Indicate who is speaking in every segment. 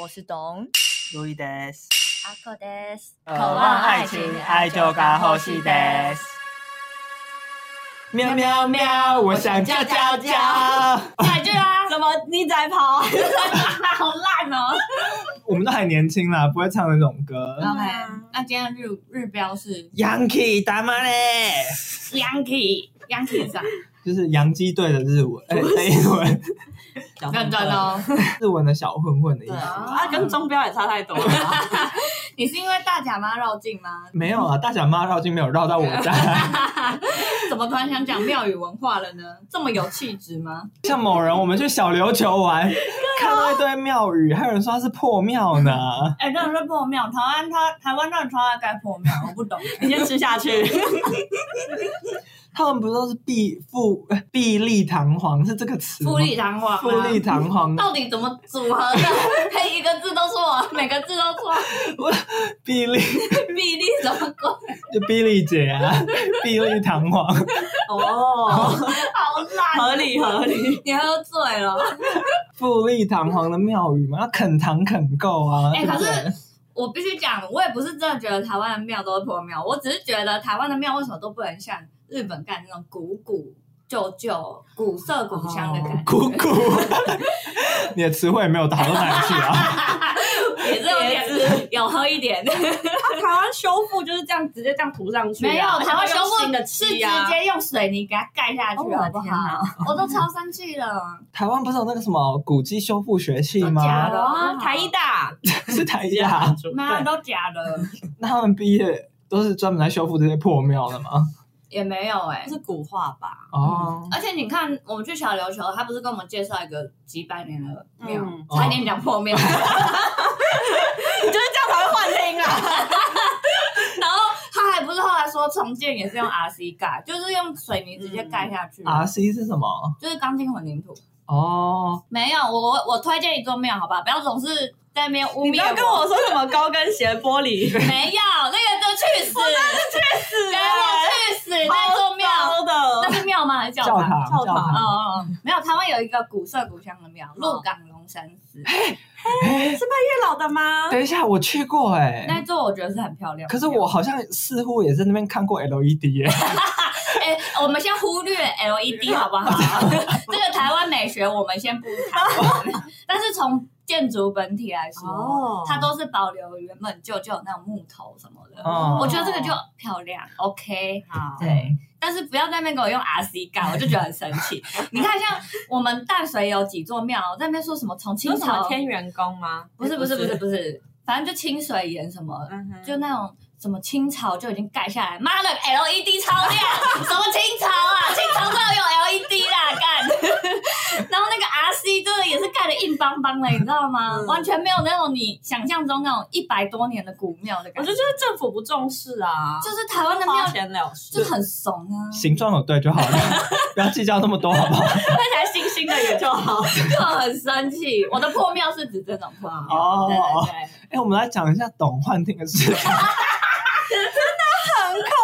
Speaker 1: 我是董
Speaker 2: 路易德斯，
Speaker 1: 阿克德斯，
Speaker 2: 渴望呃爱情，爱就该呼吸德斯。喵喵喵，我想叫叫叫。
Speaker 1: 哪一句啊？
Speaker 3: 怎么你在 跑？好烂哦！
Speaker 2: 我们都还年轻啦，不会唱那种歌。
Speaker 3: OK，那今天的日日标是
Speaker 2: Yankee 大妈嘞，
Speaker 3: Yankee Yankee 上，
Speaker 2: 就是洋基队的日文，哎，英文，
Speaker 3: 认真哦。
Speaker 2: 日文的小混混的意思。
Speaker 4: 啊，跟中标也差太多了 吧。
Speaker 3: 你是因为大甲妈绕境吗？
Speaker 2: 没有啊，大小妈绕境没有绕到我 家。
Speaker 3: 怎么突然想讲庙宇文化了呢？这么有气质吗？
Speaker 2: 像某人，我们去小琉球玩，看到一堆庙宇，还有人说它是破庙呢。
Speaker 3: 哎、真的是破庙，台湾他台湾真的超爱盖破庙，我不懂。
Speaker 4: 你先吃下去，
Speaker 2: 他们不是都是壁富壁立堂皇是这个词吗？
Speaker 3: 富丽堂皇、啊，
Speaker 2: 富丽堂皇，
Speaker 3: 到底怎么组合的？ 可以一个字都错，每个字都错，
Speaker 2: 壁立
Speaker 3: 比例怎么鬼？
Speaker 2: 就壁立姐啊，壁立堂皇。
Speaker 4: 哦，
Speaker 3: 好烂， 啊
Speaker 4: 合理合理。
Speaker 3: 你喝醉了。
Speaker 2: 富丽堂皇的庙宇嘛，要啃堂啃够啊！
Speaker 3: 哎
Speaker 2: 对不对
Speaker 3: 可我必须讲，我也不是真的觉得台湾的庙都是破庙，我只是觉得台湾的庙为什么都不能像日本干那种古古旧旧、古色哦古香的感觉，
Speaker 2: 姑姑， 你的词汇没有打到哪里去啊？
Speaker 3: 也是有点有喝一点，
Speaker 4: 那台湾修复就是这样直接这样涂上去啊，
Speaker 3: 没有台湾修
Speaker 4: 而且会用新
Speaker 3: 复
Speaker 4: 的
Speaker 3: 是
Speaker 4: 漆
Speaker 3: 直
Speaker 4: 啊。
Speaker 3: 接用水泥给它盖下去，
Speaker 1: 哦
Speaker 3: 好
Speaker 1: 我
Speaker 3: 不
Speaker 1: 的
Speaker 3: 好？
Speaker 1: 天哪
Speaker 3: 啊我都超生气了，
Speaker 2: 台湾不是有那个什么古迹修复学系
Speaker 3: 假
Speaker 2: 吗？
Speaker 3: 的啊
Speaker 4: 哦，台医大，
Speaker 2: 是台大，
Speaker 3: 妈都假的，
Speaker 2: 那他们毕业都是专门来修复这些破庙的吗？
Speaker 3: 也没有哎、
Speaker 4: 是古画吧？
Speaker 2: 哦，
Speaker 3: 而且你看，我们去小琉球，他不是跟我们介绍一个几百年的庙，
Speaker 4: 嗯
Speaker 3: 差点讲破庙。
Speaker 4: 你就是这样才会幻听啊！
Speaker 3: 然后他还不是后来说重建也是用 RC 盖，就是用水泥直接盖下去，
Speaker 4: 嗯
Speaker 2: ，R C 是什么？
Speaker 3: 就是钢筋混凝土。
Speaker 2: 哦，
Speaker 3: 没有，我我我推荐一座庙，好吧，不要总是在那边污
Speaker 4: 你不
Speaker 3: 蔑
Speaker 4: 要跟我说什么高跟鞋玻 璃，
Speaker 3: 没有，那个都去死，给
Speaker 4: 啊
Speaker 3: 我去死！那座庙，
Speaker 4: 高的
Speaker 3: 那，是庙吗？还是教
Speaker 2: 教
Speaker 3: 堂？
Speaker 2: 堂，
Speaker 4: 教堂
Speaker 2: 教
Speaker 3: 哦
Speaker 2: 堂，
Speaker 3: 哦，哦没有，台湾有一个古色古香的庙，鹿港龙山寺，
Speaker 2: 哎
Speaker 4: 月老的吗？
Speaker 2: 等一下，我去过哎，
Speaker 3: 啊那座我觉得是很漂亮。
Speaker 2: 可是我，好像似乎也在那边看过 L E D 耶。
Speaker 3: 哎，我们先忽略 LED 好不 好？这个台湾美学我们先不谈， 但是从建筑本体来说
Speaker 4: 哦，
Speaker 3: 它都是保留原本旧旧的那种木头什么的，
Speaker 2: 哦
Speaker 3: 我觉得这个就漂亮，OK。
Speaker 4: 好
Speaker 3: 对，但是不要在那边给我用 RC 盖，我就觉得很生气。你看，像我们淡水有几座庙，在那边说什么从清
Speaker 4: 有什么
Speaker 3: 朝，
Speaker 4: 天元宫吗？
Speaker 3: 不是不是不是，不是，反正就清水岩什么，
Speaker 4: 嗯哼
Speaker 3: 就那种什么清朝就已经盖下来，妈的 E LED 超 亮，什么清朝啊，清朝都要用 LED 啦，干。然后那个 RC 真的也是盖的硬邦邦的，你知道吗？
Speaker 4: 嗯
Speaker 3: 完全没有那种你想象中那种一百多年的古庙的
Speaker 4: 我
Speaker 3: 感
Speaker 4: 觉
Speaker 3: 觉
Speaker 4: 得就，是政府不重视啊，
Speaker 3: 就是台湾的庙
Speaker 4: 花钱了事，
Speaker 3: 就很怂啊，
Speaker 2: 形状有对就 好了，不要计较那么多，好不好？
Speaker 4: 看起来星星的也就好。
Speaker 3: 就很生气。我的破庙是指这种破庙。
Speaker 2: 哦
Speaker 3: 对对对，
Speaker 2: 哎，我们来讲一下董幻听的事情。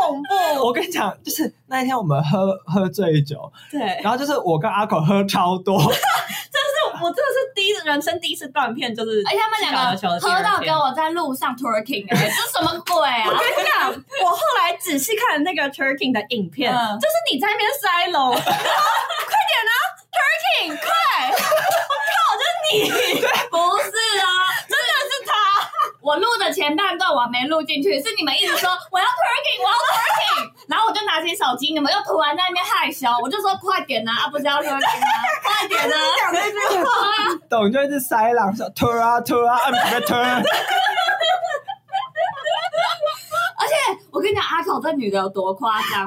Speaker 4: 恐怖。
Speaker 2: 我跟你讲，就是那一天我们喝喝醉酒，
Speaker 4: 对，
Speaker 2: 然后就是我跟阿狗喝超多，
Speaker 4: 但是我真的是第一次人生第一次断片，就是
Speaker 3: 而且他们两
Speaker 4: 去小
Speaker 3: 个
Speaker 4: 琉球的
Speaker 3: 喝到跟
Speaker 4: 第二天
Speaker 3: 我在路上 twerking，哎、这什么鬼啊
Speaker 4: 我？跟你讲，我后来仔细看了那个 Turking 的影片，
Speaker 3: 嗯
Speaker 4: 就是你在那边塞龙，快点啊，Turking，快！
Speaker 3: 不是啊，真的是他。我录的前半段我没录进去，是你们一直说我要 twerking，我要 twerking，然后我就拿起手机，你们又突然在那边害羞，我就说快点呐、啊，不是要 twerking 吗？快点呐、啊！
Speaker 2: 董就一直塞朗说推啊推啊，按几个推，
Speaker 3: 我跟你讲，阿口这女的有多夸张。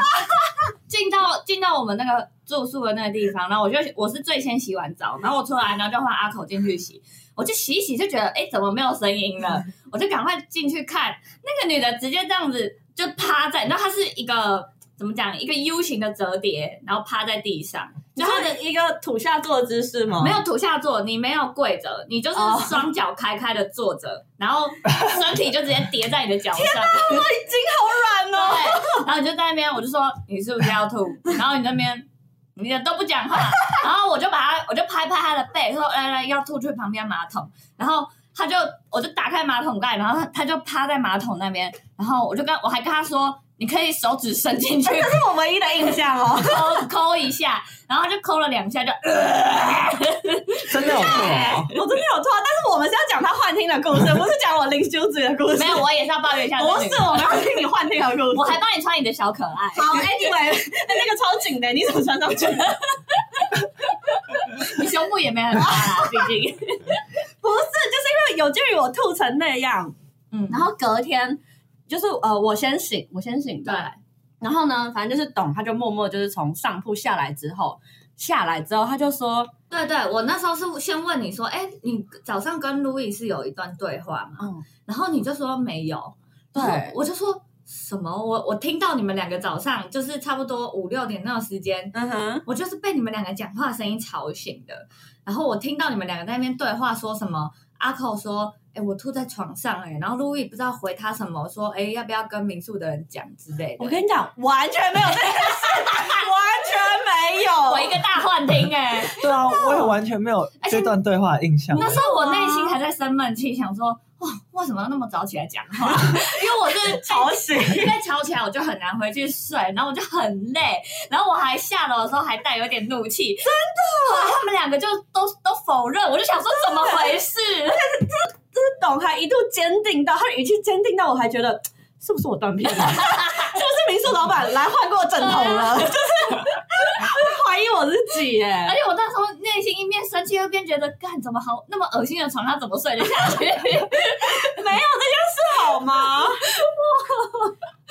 Speaker 3: 进到进到我们那个住宿的那个地方，然后我就我是最先洗完澡，然后我出来，然后就换阿口进去洗，我就洗一洗就觉得，哎，怎么没有声音了？我就赶快进去看，那个女的直接这样子就趴在，你知道她是一个怎么讲，一个 U 型的折叠，然后趴在地上，就
Speaker 4: 就
Speaker 3: 她
Speaker 4: 他
Speaker 3: 的
Speaker 4: 的一个土下坐的姿势吗？
Speaker 3: 没有土下坐，你没有跪着，你就是
Speaker 4: 哦
Speaker 3: 双脚开开的坐 着，然后身体就直接叠在你的脚上。
Speaker 4: 筋好软哦。
Speaker 3: 对，然后你就在那边，我就说你是不是要吐？然后你那边你也都不讲 哎话，然后我就把他，我就拍拍他的背，说来来要吐去旁边马桶，然后。他他就我就打开马桶盖，然后他他就趴在马桶那边，然后我就跟我还跟他说，你可以手指伸 进去
Speaker 4: 这是我唯一的印 象哦。
Speaker 3: 抠抠一下，然后他就抠了两下就，
Speaker 2: 真的有错哦。
Speaker 4: 我真的有错，但是我们是要讲他幻听的故事，不是讲我林修子的故事。
Speaker 3: 没有，我也是要抱怨一下这个
Speaker 4: 不
Speaker 3: 女
Speaker 4: 是
Speaker 3: 的，，
Speaker 4: 我们要听你幻听的 故事。
Speaker 3: 我还帮你穿你的小可爱，
Speaker 4: 好，Anyway，哎那个超紧的，你怎么穿上去？
Speaker 3: 你胸部也没很大啊 啦，毕竟，
Speaker 4: 不是，就是因为有鉴于我吐成那样，
Speaker 3: 嗯，
Speaker 4: 然后隔天就是呃，我先醒，我先醒的
Speaker 3: 对。，
Speaker 4: 然后呢，反正就是懂，他就默默就是从上铺下来之后，下来之后他就说，
Speaker 3: 对对，我那时候是先问你说，哎，你早上跟 Louis 是有一段对话吗？
Speaker 4: 嗯，
Speaker 3: 然后你就说没有，
Speaker 4: 对
Speaker 3: 然后我就说什么？我我听到你们两个早上就是差不多五六点那个时间，
Speaker 4: 嗯哼，
Speaker 3: 我就是被你们两个讲话的声音吵醒的。然后我听到你们两个在那边对话，说什么阿寇说。哎、我吐在床上哎、然后路易不知道回他什么，说哎、要不要跟民宿的人讲之类的。
Speaker 4: 我跟你讲，完全没有这件 事，完
Speaker 3: 我一
Speaker 4: 全没有。
Speaker 3: 个大幻听哎、
Speaker 2: 对啊，我也完全没有
Speaker 3: 而且
Speaker 2: 这段对话的印象。
Speaker 3: 那时候我内心还在生闷气，想说哇，为什么要那么早起来讲话？ 因为我是被
Speaker 4: 吵醒，
Speaker 3: 因为吵起来我就很难回去睡，然后我就很累，然后我还下楼的时候还带有点怒气，真的。后来他们两个就都都否认，我就想说怎么回事？
Speaker 4: 懂还一度坚定到他的语气坚定到我还觉得是不是我断片 了，是不是民宿老板来换过枕头了？就是 我怀疑我自己耶、
Speaker 3: 而且我那时候内心一面生气，一边觉得干怎么好那么恶心的床，他怎么睡得下去？
Speaker 4: 好吗？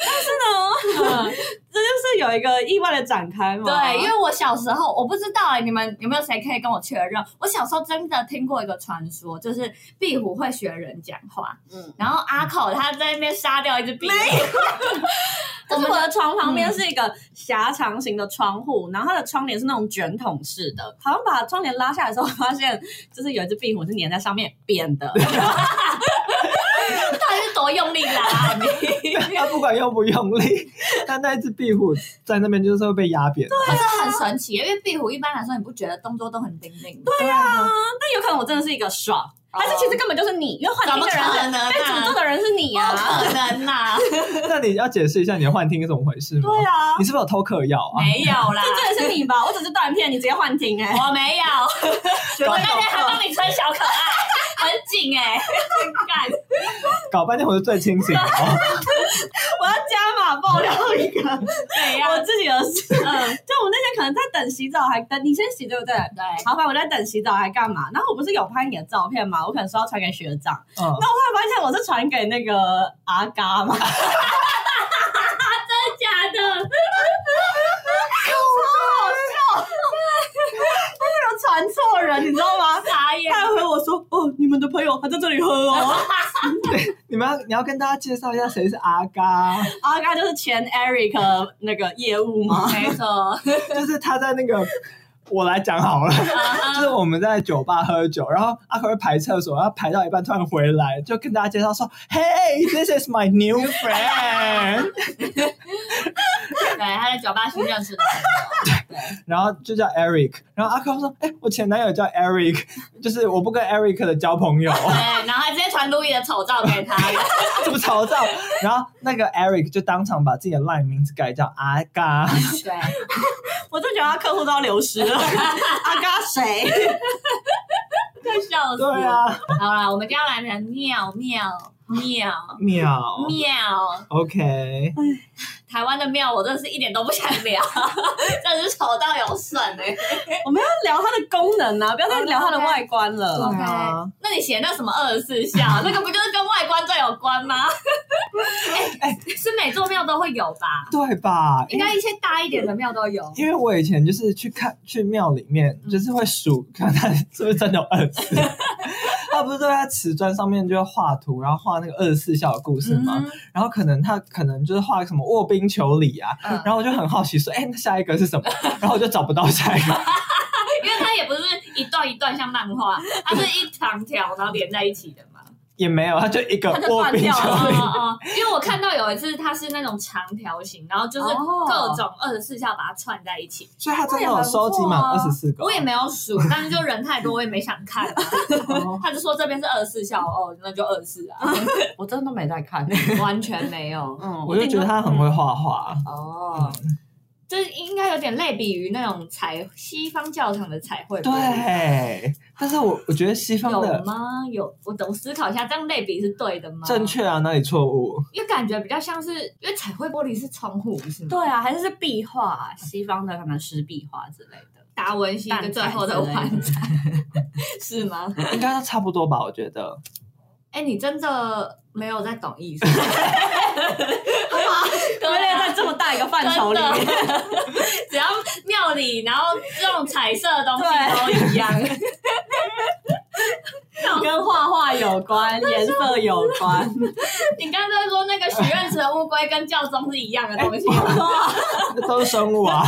Speaker 4: 但是呢，这就是有一个意外的展开
Speaker 3: 嗯
Speaker 4: 嘛。
Speaker 3: 对，因为我小时候我不知道哎、你们有没有谁可以跟我确认？我小时候真的听过一个传说，就是壁虎会学人讲话，
Speaker 4: 嗯
Speaker 3: 嗯，然后阿口他在那边杀掉一只壁虎，
Speaker 4: 我们的床旁边是一个狭长型的窗户，然后它的窗帘是那种卷筒式的，好像把窗帘拉下来之后，发现就是有一只壁虎是粘在上面 扁的。
Speaker 3: 到底是多用力拉、啊、你？
Speaker 2: 他不管用不用力，但那只壁虎在那边就是会被压扁。
Speaker 3: 可是很神奇，因为壁虎一般来说你不觉得动作都很灵敏吗？
Speaker 2: 对啊，
Speaker 4: 但有可能我真的是一个爽，还是其实根本就是你，因为换
Speaker 3: 怎
Speaker 4: 听
Speaker 3: 么
Speaker 4: 的人
Speaker 3: 可
Speaker 4: 是
Speaker 3: 能啊？
Speaker 4: 被诅咒的人是你
Speaker 3: 不
Speaker 4: 啊。
Speaker 3: 可能呐、
Speaker 2: 啊那你要解释一下你的幻听是怎么回事吗？
Speaker 4: 对啊
Speaker 2: 你，是不是有偷嗑药啊？
Speaker 3: 没有啦，
Speaker 4: 这真的是你吧？我只是断片，你直接幻听哎、
Speaker 3: 我没有，我那天还帮你穿小可爱，很紧哎、 干
Speaker 2: 搞半天我是最清醒的哦。
Speaker 4: 我要加码爆料一个
Speaker 3: 怎
Speaker 4: 我
Speaker 3: 样？
Speaker 4: 自己的事。
Speaker 3: 嗯，
Speaker 4: 就我们那天可能在等洗澡，还等你先洗对不对？
Speaker 3: 对，
Speaker 4: 好，反正我在等洗澡还干嘛？然后我不是有拍你的照片嘛？我可能说要传给学长，
Speaker 2: 嗯，
Speaker 4: 那我后来发现我是传给那个阿嘎嘛，
Speaker 3: 假的，
Speaker 4: 他传错人，你知道吗？
Speaker 3: 傻眼。
Speaker 4: 他还回我说：“哦，你们的朋友还在这里喝哦。
Speaker 2: 你们要你要跟大家介绍一下谁是阿嘎，”
Speaker 4: 阿嘎就是前 Eric 那个业务嘛。
Speaker 3: 没错，
Speaker 2: 就是他在那个。我来讲好
Speaker 3: 啊
Speaker 2: 了，就是我们在酒吧喝酒，然后阿可会排厕所，然后排到一半突然回来，就跟大家介绍说：“Hey，this is my new friend。
Speaker 3: 对，他在酒吧新认识的朋友，”
Speaker 2: 然后就叫 Eric，然后阿可说：“哎、我前男友叫 Eric，就是 我不跟 Eric 的交朋友。”
Speaker 3: 对，对，然后还直接传路易的丑照给他，
Speaker 2: 怎么吵照？然后那个 Eric 就当场把自己的 line 名字改叫阿嘎，
Speaker 3: 对，
Speaker 4: 我就觉得他客户都要流失了。阿嘎谁？
Speaker 3: 快笑死。
Speaker 2: 对啊，
Speaker 3: 好啦，我们接下来聊妙妙妙
Speaker 2: 秒
Speaker 3: 妙，
Speaker 2: ，OK，
Speaker 3: 台湾的妙，我真的是一点都不想聊， 真是丑到有损哎、
Speaker 4: 我们要聊它的功能啊，不要再聊它的外观了。
Speaker 2: 对啊
Speaker 3: 那你写那什么二十四孝，那个不就是跟外观最有关吗？哎、是每座庙都会有吧？
Speaker 2: 对吧？
Speaker 3: 应该一些大一点的庙都有。
Speaker 2: 因为我以前就是去看去庙里面，就是会数看他是不是真的有二十。他不是都在瓷砖上面就会画图，然后画那个二十四孝的故事吗？
Speaker 3: 嗯
Speaker 2: 然后可能他可能就是画什么卧冰求鲤啊，
Speaker 3: 嗯
Speaker 2: 然后我就很好奇说，哎、那下一个是什么？然后我就找不到下一个，
Speaker 3: 因为它也不是一段一段像漫画，它是一长条然后连在一起的嘛。
Speaker 2: 也没有，他就一个
Speaker 4: 他就
Speaker 2: 握
Speaker 4: 断
Speaker 2: 冰
Speaker 4: 掉
Speaker 2: 球
Speaker 4: 了嗯
Speaker 2: 饮，
Speaker 3: 哦哦，因为我看到有一次它是那种长条形，然后就是
Speaker 4: 哦
Speaker 3: 各种二十四孝把它串在一起。
Speaker 2: 所以他真的
Speaker 4: 那也
Speaker 2: 有
Speaker 4: 很
Speaker 2: 收集满
Speaker 4: 不
Speaker 2: 二
Speaker 4: 错啊
Speaker 2: 十四个。
Speaker 3: 我也没有数，但是就人太多，我也没想看。他就说这边是二十四孝，哦，那就二十四啊，
Speaker 4: 我真的都没在看。
Speaker 3: 完全没有。
Speaker 4: 嗯，
Speaker 2: 我就觉得他很会画画。
Speaker 4: 哦，
Speaker 3: 就是应该有点类比于那种彩西方教堂的彩绘。。
Speaker 2: 对，但是我我觉得西方
Speaker 3: 有
Speaker 2: 的
Speaker 3: 吗？有，我等我思考一下，这样类比是对的吗？
Speaker 2: 正，确啊，哪里错误？
Speaker 3: 因为感觉比较像是，因为彩绘玻璃是窗户，不是吗？
Speaker 4: 对啊，还是是壁画啊、西方的可能石壁画之类的。
Speaker 3: 达文西的最后的晚餐 是吗？
Speaker 2: 应该都差不多吧，我觉得。
Speaker 3: 哎、你真的没有在懂艺术，
Speaker 4: 对
Speaker 3: 啊
Speaker 4: 对，在这么大一个范畴里面，
Speaker 3: 只要庙里，然后这种彩色的东西都一 样。
Speaker 4: 跟画画有关，颜色有 关。
Speaker 3: 你刚才说那个许愿池的乌龟跟教宗是一样的东西，
Speaker 2: 那都是生物 啊，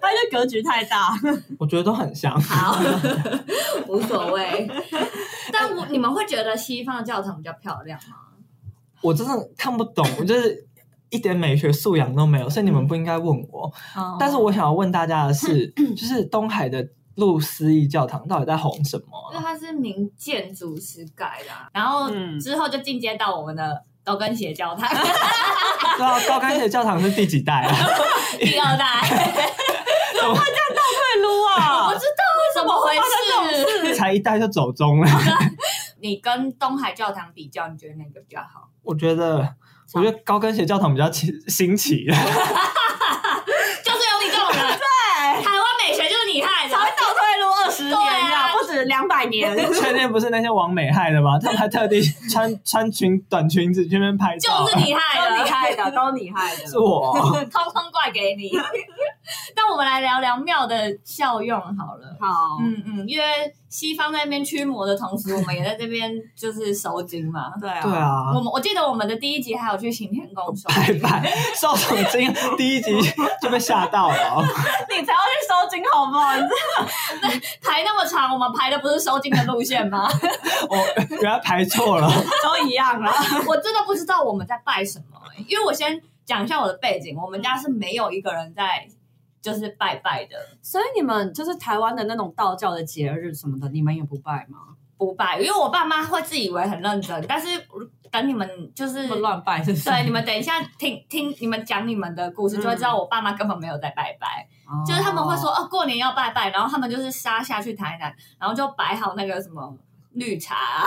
Speaker 4: 它就格局太大。
Speaker 2: 我觉得都很像。
Speaker 3: 好，无所谓。但我你们会觉得西方的教堂比较漂亮吗？
Speaker 2: 我真的看不懂，我就是一点美学素养都没有，所以你们不应该问我。但是我想要问大家的是，
Speaker 3: 嗯
Speaker 2: 就是东海的路思义教堂到底在红什么
Speaker 3: 因
Speaker 2: 啊、
Speaker 3: 为它是明建筑师改的啊、然后
Speaker 4: 嗯
Speaker 3: 之后就进阶到我们的高跟鞋教 堂
Speaker 2: 对啊，高跟鞋教堂是第几代啊？
Speaker 3: 第二 代，
Speaker 4: 会撸啊
Speaker 3: 我不知道怎么回事。
Speaker 2: 才一代就走中了。
Speaker 3: 你跟东海教堂比较，你觉得哪个比较好？
Speaker 2: 我觉得，我觉得高跟鞋教堂比较奇新奇。啊
Speaker 3: 就是有你这种人，
Speaker 4: 对，
Speaker 3: 台湾美学就是你害的
Speaker 4: 才。会倒退路二十年
Speaker 3: 对啊
Speaker 4: 呀，不止两百年。
Speaker 3: 嗯
Speaker 2: 确定不是那些王美害的吗？他们还特地 穿穿裙短裙子去那边拍照，
Speaker 3: 就是你害
Speaker 4: 都你
Speaker 3: 的，
Speaker 4: 害 的，都你害的。
Speaker 2: 是我。 啊
Speaker 3: 通通怪给你。 那我们来聊聊庙的效用好了。
Speaker 4: 好，
Speaker 3: 嗯嗯，因为西方在那边驱魔的同时，我们也在这边就是收金嘛。
Speaker 4: 对啊，
Speaker 2: 对啊
Speaker 3: 我，们我记得我们的第一集还有去行天宫收
Speaker 2: 拜
Speaker 3: 金，
Speaker 2: 拜，邵总经第一集就被吓到了。哦
Speaker 4: 你才要去收金好不好？你 这
Speaker 3: 排那么长，我们排的不是收金的路线吗？
Speaker 2: 我原来排错了，
Speaker 4: 都一样啦。
Speaker 3: 我真的不知道我们在拜什么、欸因为我先讲一下我的背景，我们家是没有一个人在就是拜拜的，
Speaker 4: 所以你们就是台湾的那种道教的节日什么的，你们也不拜吗？
Speaker 3: 不拜，因为我爸妈会自以为很认真，但是等你们就是
Speaker 4: 不乱拜是不是？
Speaker 3: 对你们等一下听听你们讲你们的故事，就会知道我爸妈根本没有在拜拜，
Speaker 4: 哦
Speaker 3: 就是他们会说哦过年要拜拜，然后他们就是杀下去台南，然后就摆好那个什么绿茶、啊，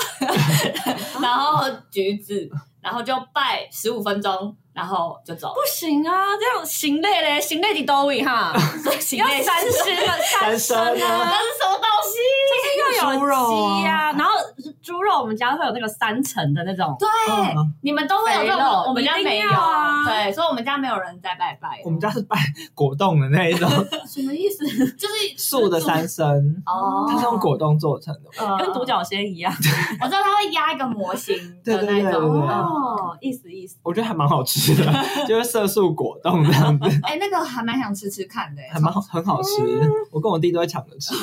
Speaker 3: 然后橘子，然后就拜十五分钟，然后就走
Speaker 4: 不。行啊，这样行类嘞，行类你都会 哈，
Speaker 3: 行
Speaker 4: 要
Speaker 3: 类
Speaker 4: 三牲啊，
Speaker 2: 三生
Speaker 4: 啊
Speaker 3: 那。是什么东西？
Speaker 4: 要有
Speaker 2: 猪肉啊
Speaker 4: 鸡啊，然后猪肉我们家会有那个三层的那种，
Speaker 3: 对，
Speaker 2: 嗯
Speaker 3: 你们都会有这
Speaker 4: 肥肉
Speaker 3: 种，我们家
Speaker 4: 一定
Speaker 3: 没有
Speaker 4: 要啊
Speaker 3: 对，所以我们家没有人在拜拜。
Speaker 2: 我们家是拜果冻的那一种
Speaker 3: 什么意思？ 就是
Speaker 2: 树的三生，
Speaker 3: 哦，
Speaker 2: 它是用果冻做成的。
Speaker 3: 呃
Speaker 4: 跟独，角仙一样。
Speaker 3: 我知道他会压一个模型的那
Speaker 2: 对对对对
Speaker 3: 种。
Speaker 4: 啊
Speaker 2: 对
Speaker 3: 哦，，
Speaker 4: 意思意思。
Speaker 2: 我觉得还蛮好吃的，就是色素果冻这样子，
Speaker 3: 哎，那个还蛮想吃吃看的。
Speaker 2: 还蛮好，很好吃。我跟我弟都会抢着吃。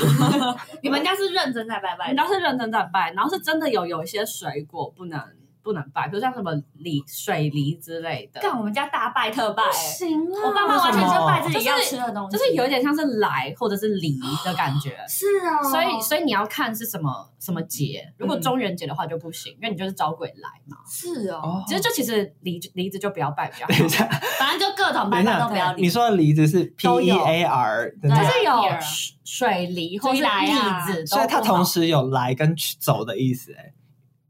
Speaker 3: 你们家是认真在拜拜
Speaker 4: 你
Speaker 3: 的？
Speaker 4: 倒是认真在拜，然后是真的有有一些水果不能不能拜，比如像什么梨、水梨之类的。
Speaker 3: 干，我们家大拜特拜。哎
Speaker 4: 行啊啦
Speaker 3: 我爸妈完全
Speaker 2: 为什
Speaker 3: 就
Speaker 2: 么
Speaker 3: 拜自己要吃的东西，
Speaker 4: 就是有一点像是来或者是梨的感觉。
Speaker 3: 是啊，
Speaker 4: 所以，所以你要看是什么什么节。如果中元节的话就不行，因为你就是招鬼来嘛。
Speaker 3: 是哦，
Speaker 2: 哦
Speaker 4: 其实就其实梨梨子就不要拜比较好，
Speaker 2: 等一下，
Speaker 3: 反正就各种拜拜都不要
Speaker 2: 你
Speaker 3: 理。
Speaker 2: 说的梨子是 P
Speaker 4: 都
Speaker 2: E
Speaker 4: 有啊
Speaker 2: A R 的
Speaker 4: 就
Speaker 3: 对
Speaker 2: 那个，
Speaker 4: 是
Speaker 3: 梨儿
Speaker 4: 有水水梨或是
Speaker 3: 梨
Speaker 4: 栗
Speaker 3: 来啊
Speaker 4: 子都不好，
Speaker 2: 所以它同时有来跟去走的意思、欸，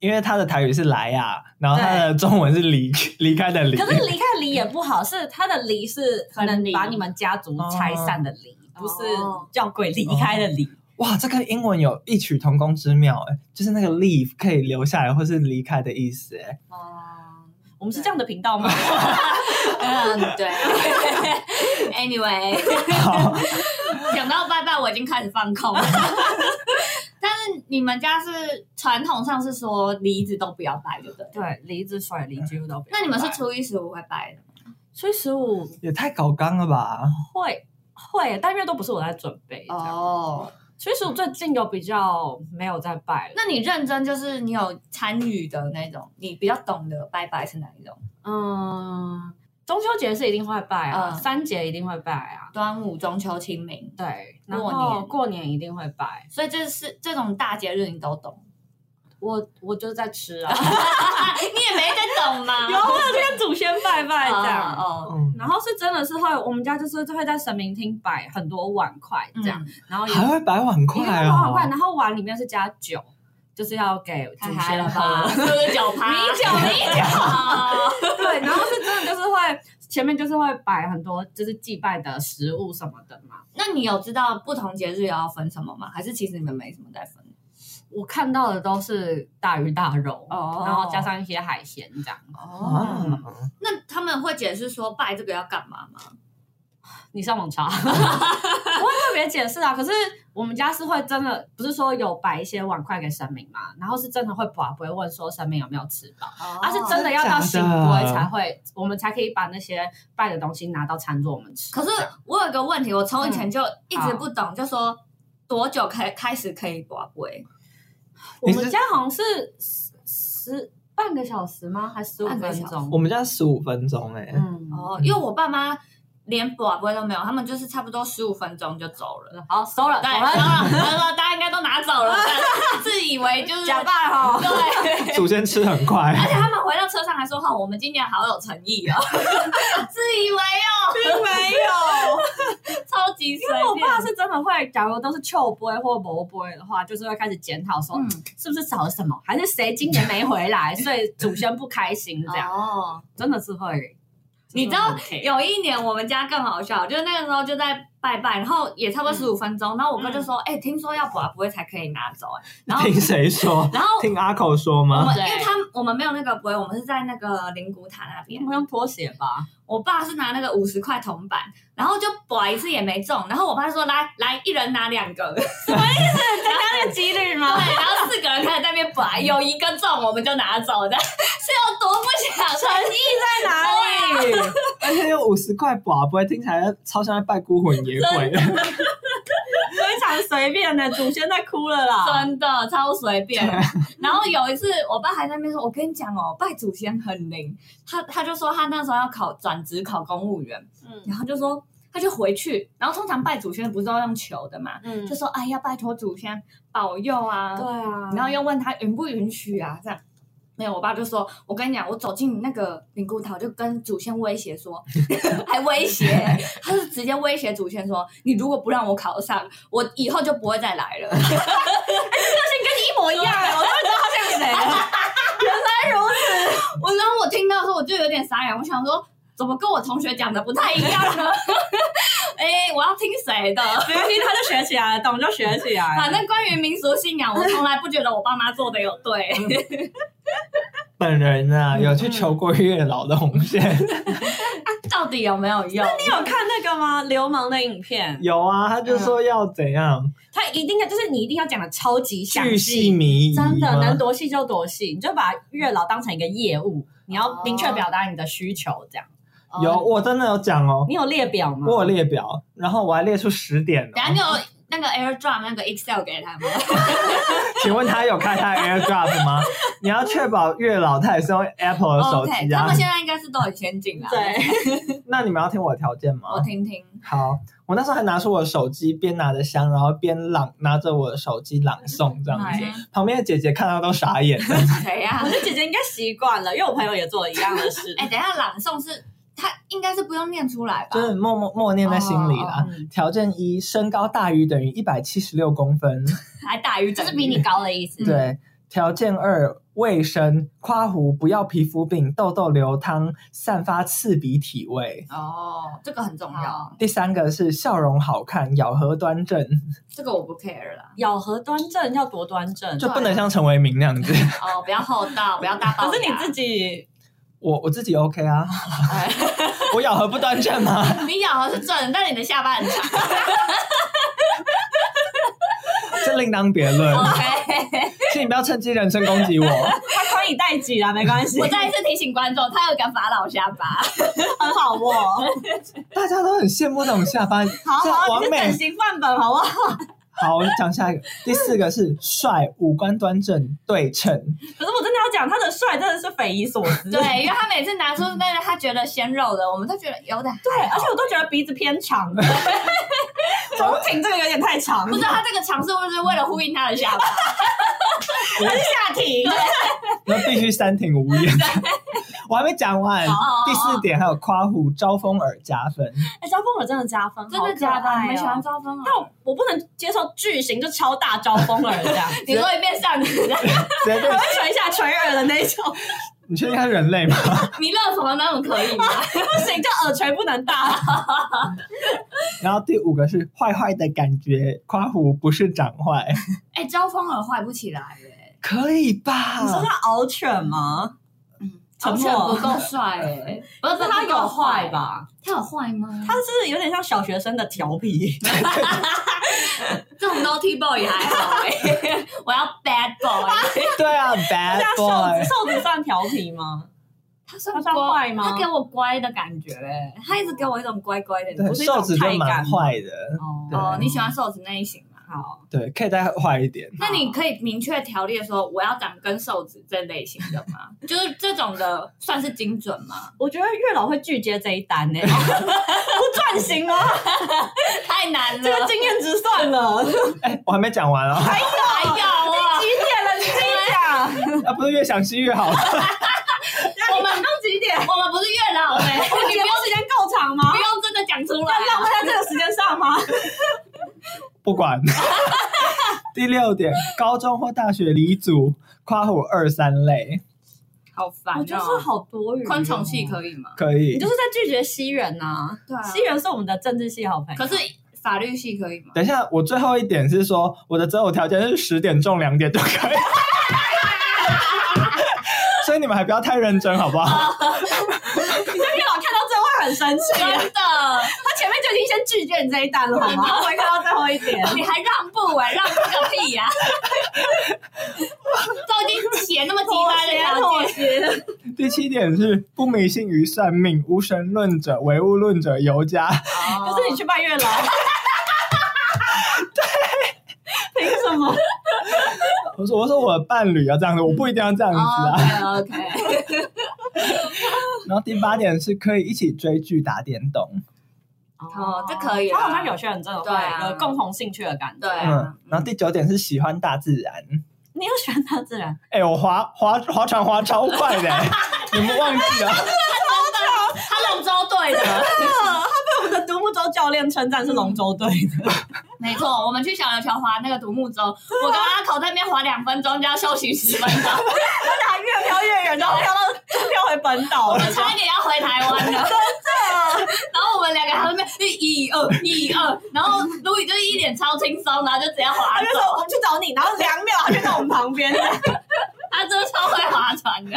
Speaker 2: 因为它的台语是来呀、然后它的中文是离离开的离。
Speaker 4: 可是离开梨也不好，是它的梨是可能把你们家族拆散的离，不是
Speaker 3: 哦
Speaker 4: 叫鬼离开的离。
Speaker 2: 哇，这跟英文有异曲同工之妙、欸，就是那个 leave 可以留下来或是离开的意思、欸，
Speaker 3: 哦，
Speaker 4: 我们是这样的频道吗？
Speaker 3: 嗯，对。Anyway，
Speaker 2: 好，
Speaker 3: 讲到拜拜，我已经开始放空了。但是你们家是传统上是说梨子都不要拜，对不对？
Speaker 4: 对，梨子、水梨几乎都不要拜。
Speaker 3: 那你们是初一十五会拜的吗？
Speaker 4: 所以十五
Speaker 2: 也太搞纲了吧？
Speaker 4: 会会，但因为都不是我在准备。这样
Speaker 3: 哦，
Speaker 4: 其实我最近有比较没有在拜了，
Speaker 3: 那你认真就是你有参与的那种，你比较懂得拜拜是哪一种？
Speaker 4: 嗯，中秋节是一定会拜啊，
Speaker 3: 嗯
Speaker 4: 三节一定会拜啊，
Speaker 3: 端午、中秋、清明，
Speaker 4: 对，然
Speaker 3: 过
Speaker 4: 后
Speaker 3: 年
Speaker 4: 过年一定会拜。
Speaker 3: 所以这是这种大节日你都 懂，
Speaker 4: 我我就是在吃啊，
Speaker 3: 你也没在懂 嘛？
Speaker 4: 有我有去跟祖先拜拜这样。
Speaker 3: 哦，
Speaker 2: 嗯，
Speaker 4: 然后是真的是会，我们家就是会在神明厅摆很多碗筷
Speaker 3: 嗯
Speaker 4: 这样，然
Speaker 3: 哦
Speaker 4: 后也
Speaker 2: 还会摆碗
Speaker 4: 因为
Speaker 2: 筷
Speaker 4: 很好
Speaker 2: 哦，
Speaker 4: 看，然后碗里面是加酒，就是要给祖
Speaker 3: 太嗨
Speaker 4: 先
Speaker 3: 了
Speaker 4: 喝
Speaker 3: 吧？。是不是酒趴？哦
Speaker 4: 米酒米
Speaker 3: 酒，
Speaker 4: 对，然后是真的就是会前面就是会摆很多就是祭拜的食物什么的嘛。
Speaker 3: 那你有知道不同节日也要分什么吗？还是其实你们没什么在分？
Speaker 4: 我看到的都是大鱼大肉，
Speaker 3: 哦
Speaker 4: 然后加上一些海鲜这样。
Speaker 3: 哦，
Speaker 2: 啊，
Speaker 3: 那他们会解释说拜这个要干嘛吗？
Speaker 4: 你 上网查， 不会特别解释啊。可是我们家是会真的，不是说有摆一些碗筷给神明嘛，然后是真的会把不会问说神明有没有吃饱，而、
Speaker 3: 啊
Speaker 4: 是真的要到醒
Speaker 2: 真的假的
Speaker 4: 杯才会，我们才可以把那些拜的东西拿到餐桌我们吃。
Speaker 3: 可是
Speaker 4: 这样
Speaker 3: 我有个问题，我从以前就一直
Speaker 4: 好
Speaker 3: 不懂，就说多久开开始可以刮杯？
Speaker 4: 我
Speaker 2: 你
Speaker 4: 们
Speaker 2: 是
Speaker 4: 家好像是十十半个小时吗？还十五
Speaker 3: 半个
Speaker 4: 分
Speaker 3: 小时
Speaker 2: 我
Speaker 4: 钟？
Speaker 2: 们家十五分钟哎，
Speaker 4: 嗯，
Speaker 3: 哦，因为我爸妈连刮杯都没有，他们就是差不多十五分钟就走了。
Speaker 4: 好，收了，
Speaker 3: 对，
Speaker 4: 收
Speaker 3: 然后
Speaker 4: 了，
Speaker 3: 他说大家应该都拿走了， 但自以为就是
Speaker 4: 假拜哦。
Speaker 3: 对。
Speaker 2: 祖先吃很快，
Speaker 3: 而且他们回到车上还说：“哈，我们今年好有诚意哦， 自以为哦，
Speaker 4: 并没有，
Speaker 3: 超级随
Speaker 4: 因为我
Speaker 3: 便。
Speaker 4: 爸是真的会，假如都是秋波或某波的话，就是会开始检讨说，
Speaker 3: 嗯
Speaker 4: 是不是少了什么，还是谁今年没回来， 所以祖先不开心这样，
Speaker 3: 哦，
Speaker 4: 真的是会。
Speaker 3: 你知道
Speaker 4: 就是很 care
Speaker 3: 有一年我们家更好笑，就是那个时候就在拜拜，然后也差不多十五分钟，然后我
Speaker 4: 嗯
Speaker 3: 哥就说：“哎、听说要卜不会才可以拿走、哎， 然后哦
Speaker 2: 听谁说？
Speaker 3: 然后
Speaker 2: 听阿口说
Speaker 3: 我
Speaker 2: 吗？
Speaker 3: 们因
Speaker 4: 哦对
Speaker 3: 为他我们没有那个卜，我们是在那个灵骨塔那边
Speaker 4: 你。不用拖鞋 吧？
Speaker 3: 我爸是拿那个五十块铜板，然后就卜一次也没中，然后我爸就说：“来来，一人拿两个。”
Speaker 4: 增加那个几率 吗？
Speaker 3: 对，然后四个人开始在那边摆，有一个中我们就拿走的， 是有多不 想诚意？
Speaker 4: 在哪 里？
Speaker 2: 而且有五十块寡不会听起来超像在拜孤魂野鬼的。
Speaker 4: 非常随便的，祖先在哭了啦。
Speaker 3: 真的超随便。然后有一次，我爸还在那边说：“我跟你讲哦，拜祖先很灵。他”他就说他那时候要考转职考公务员，
Speaker 4: 嗯
Speaker 3: 然后就说他就回去，然后通常拜祖先不是都用求的嘛，
Speaker 4: 嗯
Speaker 3: 就说：“哎呀，拜托祖先保佑啊。”
Speaker 4: 对啊，
Speaker 3: 然后又问他允不允许啊，这样。没有，我爸就说：“我跟你讲，我走进那个灵骨塔，我就跟祖先威胁说， 还威胁，他是直接威胁祖先说，你如果不让我考上，我以后就不会再来了。
Speaker 4: 一模一样，我都知道他像谁了。
Speaker 3: 我然后我听到的时候，我就有点傻眼，我想说，怎么跟我同学讲的不太一样呢？ 哎、我要听谁的？
Speaker 4: 没关系，他就学起来了，懂就学起来了。
Speaker 3: 反正关于民俗信仰，我从来不觉得我爸妈做的有对。
Speaker 2: 本人
Speaker 3: 嗯
Speaker 2: 啊，有去求过月老的红 线，
Speaker 3: 到底有没有用？
Speaker 4: 你有看那个吗？流氓的影片，
Speaker 2: 有啊，他就说要怎
Speaker 3: 嗯
Speaker 2: 样
Speaker 4: 他一定要就是你一定要讲的超级详
Speaker 2: 巨细
Speaker 4: 细，
Speaker 2: 靡遗吗，
Speaker 4: 真的能多细就多细，你就把月老当成一个业务，你
Speaker 2: 啊
Speaker 4: 要明确表达你的需求，这样。
Speaker 3: 哦
Speaker 2: 有，我真的有讲哦，
Speaker 4: 你有列表吗？
Speaker 2: 我有列表，然后我还列出十点
Speaker 3: 等下你
Speaker 2: 哦。
Speaker 3: 有那个 AirDrop 那个 Excel 给他们。
Speaker 2: 请问他有开他的 AirDrop 吗？你要确保月老他也是用 Apple 的手
Speaker 3: OK，
Speaker 2: 机
Speaker 3: 哦他
Speaker 2: 啊
Speaker 3: 们。现在应该是都很先进了。
Speaker 4: 对，
Speaker 2: 那你们要听我的条件吗？
Speaker 3: 我听听。
Speaker 2: 好，我那时候还拿出我的手机，边拿着香，然后边朗拿着我的手机朗诵这样子。
Speaker 3: 哎
Speaker 2: 旁边的姐姐看到都傻眼，
Speaker 3: 谁呀
Speaker 4: 我？觉得姐姐应该习惯了，因为我朋友也做了一样的 事。
Speaker 3: 哎，等一下朗诵是他应该是不用念出来吧
Speaker 2: 就？是默默默念在心里啦
Speaker 4: 哦嗯。
Speaker 2: 条件一，身高大于等于一百七十六公分。
Speaker 3: 还大于
Speaker 4: 就
Speaker 3: 整
Speaker 4: 是比你高的意思。
Speaker 3: 嗯
Speaker 2: 对，条件二，卫生，夸胡，不要皮肤病，痘痘流汤，散发刺鼻体味。
Speaker 3: 哦，这个很重要，
Speaker 2: 第三个是笑容好看，咬合端正，
Speaker 3: 这个我不 care 了。
Speaker 4: 咬合端正要多端正，
Speaker 2: 就不能像陈为民那样子。
Speaker 3: 哦，不要厚道，不 要大爆。
Speaker 4: 可是你自，己
Speaker 2: 我我自己 OK 啊，
Speaker 3: 哎
Speaker 2: 我咬合不端正吗？
Speaker 3: 你咬合是正的，但你的下巴很长。
Speaker 2: 这另当别 论。
Speaker 3: OK，
Speaker 2: 请你不要趁机人身攻击我。
Speaker 4: 他宽以待己啦，没关系，
Speaker 3: 我 再一次提醒观众，他有一个法老下 巴。
Speaker 4: 很好哦握，好
Speaker 2: 大家都很羡慕那种下巴，
Speaker 4: 好，
Speaker 2: 像
Speaker 4: 你
Speaker 2: 完
Speaker 4: 是整
Speaker 2: 美
Speaker 4: 形范本，好不好？
Speaker 2: 好，我讲下一个，第四个是帅，五官端正对称，
Speaker 4: 可是我真的要讲，他的帅真的是匪夷所思。
Speaker 3: 对，因为他每次拿出那个他觉得鲜肉的，我们都觉得有点
Speaker 4: 对，而且我都觉得鼻子偏长， 总挺这个有点太长。
Speaker 3: 不知道他这个尝试会不是为了呼应他的下巴？
Speaker 4: 下 体，
Speaker 2: 那必须三庭五眼。我还没讲完
Speaker 3: 哦，
Speaker 2: 第四点还有夸虎招风耳加分，
Speaker 4: 哎，招风耳真的加分，
Speaker 3: 真的假的？你们
Speaker 4: 你们
Speaker 3: 喜
Speaker 4: 喜
Speaker 3: 欢
Speaker 4: 欢？
Speaker 3: 招风啊耳？
Speaker 4: 哦但我我不能接受巨型就超大招风耳这样，
Speaker 3: 你说一遍上你，
Speaker 2: 直接
Speaker 4: 还
Speaker 2: 被
Speaker 4: 会垂下垂耳的那种，
Speaker 2: 你确定他是人类吗？
Speaker 3: 弥勒佛那种可以吗？
Speaker 4: 不行，就耳垂不能大。
Speaker 2: 然后第五个是坏坏的感觉，夸虎不是长坏，
Speaker 3: 哎，招风耳坏不起来耶，
Speaker 2: 可以
Speaker 3: 嗯
Speaker 4: 你说
Speaker 2: 吧？
Speaker 4: 他獒犬吗？嗯，沉
Speaker 3: 完全
Speaker 4: 默
Speaker 3: 不。够帅哎，不
Speaker 4: 但
Speaker 3: 是
Speaker 4: 是他有坏？吧？
Speaker 3: 他有坏吗？
Speaker 4: 他是有点像小学生的调皮，
Speaker 3: 这种 naughty boy 还好哎， 我要 bad boy。
Speaker 2: 对啊
Speaker 4: 他
Speaker 2: ，bad
Speaker 4: 像瘦
Speaker 2: boy
Speaker 4: 子，。瘦子算调皮吗？
Speaker 3: 他算
Speaker 4: 他算
Speaker 3: 乖
Speaker 4: 坏吗
Speaker 3: 他给我乖的感觉哎，他一直给我一种乖乖的
Speaker 2: 对，
Speaker 4: 不是一种
Speaker 2: 瘦子就
Speaker 4: 太
Speaker 2: 蛮
Speaker 4: 感吗
Speaker 2: 坏的，对
Speaker 3: 哦，你喜欢瘦子那一型吗？
Speaker 4: 好，
Speaker 2: 对，可以再坏一点。
Speaker 3: 那你可以明确条例说我要长跟瘦子这类型的吗？ 就是这种的算是精准 吗？
Speaker 4: 我觉得月老会拒接这一单 呢、不赚行吗？
Speaker 3: 太难了，
Speaker 4: 这个经验值算了，几
Speaker 2: 哎，我还没讲完啊，
Speaker 3: 还有啊，
Speaker 4: 点了？你自己讲。
Speaker 2: 啊，不是越详细越好。
Speaker 3: 我们到几点？我们不是月老哎、
Speaker 4: 我们
Speaker 3: 你
Speaker 4: 节
Speaker 3: 不
Speaker 4: 目时间够长 吗
Speaker 3: 不？用真的讲出来
Speaker 4: 要浪
Speaker 3: 啊、
Speaker 4: 费在这个时间上吗？
Speaker 2: 不管。 第六点，高中或大学离组，夸虎二三类
Speaker 3: 好烦、哦。
Speaker 4: 我觉得是好多余、哦
Speaker 3: 昆虫系。可以吗？
Speaker 2: 可以
Speaker 4: 啊你就。是在拒绝西元呐、
Speaker 3: 对啊
Speaker 4: 西元是我们的政治系好朋友。
Speaker 3: 可是法律系可以吗？
Speaker 2: 等一下，我最后一点是说，我的择偶条件是十点中两点就可以。 所以你们还不要太认真，好不好？
Speaker 4: 你在月老看到这会很生气，
Speaker 3: 真的，
Speaker 4: 他前面就已经先拒绝你这一单了，好吗？
Speaker 3: 啊
Speaker 4: 他不会看到最后一点。
Speaker 3: 你还让步哎、让步个屁呀、 都已经写那么鸡巴的条件，
Speaker 4: 协，
Speaker 2: 第七点是不迷信于算命，无神论者、唯物论者尤加。
Speaker 3: 可
Speaker 4: 可是你去拜月老。 对，凭什么？
Speaker 2: 我说，我说我的伴侣要这样子，我不一定要这样子啊。
Speaker 3: 哦 OK
Speaker 4: 哎
Speaker 3: OK，
Speaker 2: 然后第八点是可以一起追剧、打电动。
Speaker 3: 哦这可以啦
Speaker 4: 他好像有些人真的
Speaker 3: 对啊
Speaker 4: 会有共同兴趣的感觉。
Speaker 3: 对啊
Speaker 2: 嗯，然后第九点是喜欢大自然。
Speaker 4: 你又喜欢大自 然？
Speaker 2: 哎、我划划划船划超快的、欸你们忘记了？
Speaker 3: 他龙舟队 的。
Speaker 4: 我们的独木舟教练称赞是龙舟队的，
Speaker 3: 没错，我们去小琉球划那个独木舟，我跟阿口在那边划两分钟就要休息十分 钟，
Speaker 4: 他越飘越远，然后飘到就飘回本岛
Speaker 3: 我
Speaker 4: 了
Speaker 3: 们。差一点要回台湾了。然后我们两个还在那边一二一二，然后路易就是一脸超轻松，然后就直接划
Speaker 4: 他就说
Speaker 3: 走。
Speaker 4: 我们去找你，然后两秒他就到我们旁 边。
Speaker 3: 他真的啊超会划船的，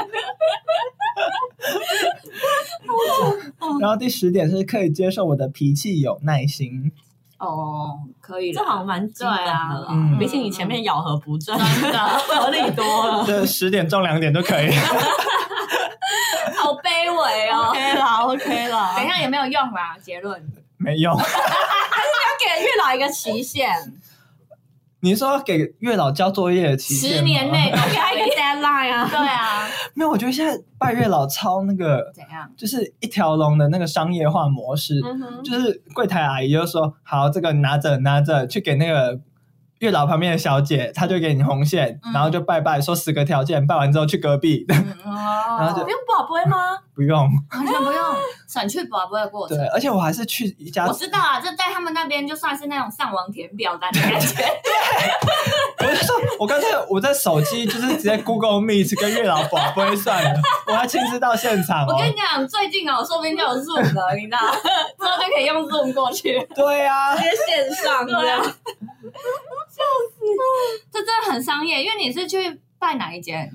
Speaker 2: 然后第十点是可以接受我的脾气，有耐心。
Speaker 3: 哦，可以
Speaker 4: 这好像蛮基本的啦
Speaker 3: 对
Speaker 2: 啊嗯，
Speaker 4: 毕竟你前面咬合不正，
Speaker 3: 真的
Speaker 4: 合理多 了。
Speaker 2: 这十点中两点就可以。
Speaker 3: 好卑微哦。
Speaker 4: OK 啦，OK 啦，
Speaker 3: 等一下也没有用啦，结论。
Speaker 2: 没用。
Speaker 4: 要给月老一个期限，
Speaker 2: 你说给月老交作业的期限吗
Speaker 3: 十年内都
Speaker 4: 给他一个 deadline 啊。
Speaker 3: 哎对啊，
Speaker 2: 没有？我觉得现在拜月老超那个，
Speaker 3: 怎样？
Speaker 2: 就是一条龙的那个商业化模式，
Speaker 4: 嗯哼，
Speaker 2: 就是柜台阿姨就说：“好，这个拿着拿着去给那个。”月老旁边的小姐，她就给你红线，
Speaker 3: 嗯
Speaker 2: 然后就拜拜，说十个条件，拜完之后去隔壁，
Speaker 3: 嗯哦，
Speaker 2: 然后就
Speaker 4: 不用宝贝吗？
Speaker 2: 不用。
Speaker 3: 完全不用省去宝贝的过程
Speaker 2: 对。，而且我还是去一家
Speaker 3: 我知道啊，这在他们那边就算是那种上网填表单的感 觉，
Speaker 2: 我就说，我刚才我在手机就是直接 Google Meet 跟月老宝贝算了，我还亲自到现场哦
Speaker 3: 我。跟你讲，最近哦，说不定就有 Zoom 了，你知道，之后就可以用 Zoom 过去。
Speaker 2: 对啊，
Speaker 4: 接线上这
Speaker 3: 对啊，
Speaker 4: 样
Speaker 3: 笑。死！这真的很商业，因为你是去拜哪一间？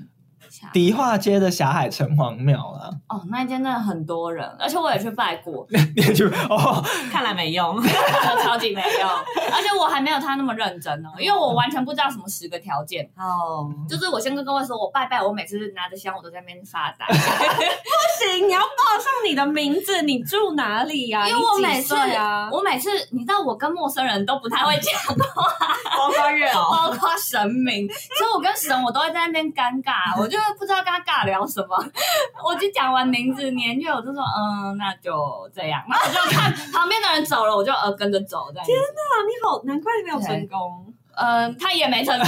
Speaker 2: 迪化街的霞海城隍庙啊啦。
Speaker 3: 哦，那一间真的很多人，而且我也去拜过，
Speaker 2: 你就哦，
Speaker 4: 看来没 用。
Speaker 3: 超级没用，而且我还没有他那么认真哦，因为我完全不知道什么十个条件。
Speaker 4: 哦，
Speaker 3: 就是我先跟各位说，我拜拜，我每次拿着香，我都在那边发呆，
Speaker 4: 不行，你要报上你的名字，你住哪里呀、
Speaker 3: 因为我
Speaker 4: 你
Speaker 3: 每
Speaker 4: 几
Speaker 3: 次
Speaker 4: 岁啊，
Speaker 3: 我每次，你知道，我跟陌生人都不太会讲话，
Speaker 4: 包括月 哦，
Speaker 3: 包括神明，所以我跟神我都会在那边尴尬，我就不知道跟他尬聊什么。 我就讲完名字、年月，我就说嗯，那就这样。然后我就看旁边的人走了，我就呃跟着走这样子。
Speaker 4: 啊，你好，难怪你没有成功。
Speaker 3: 嗯，他也没成功。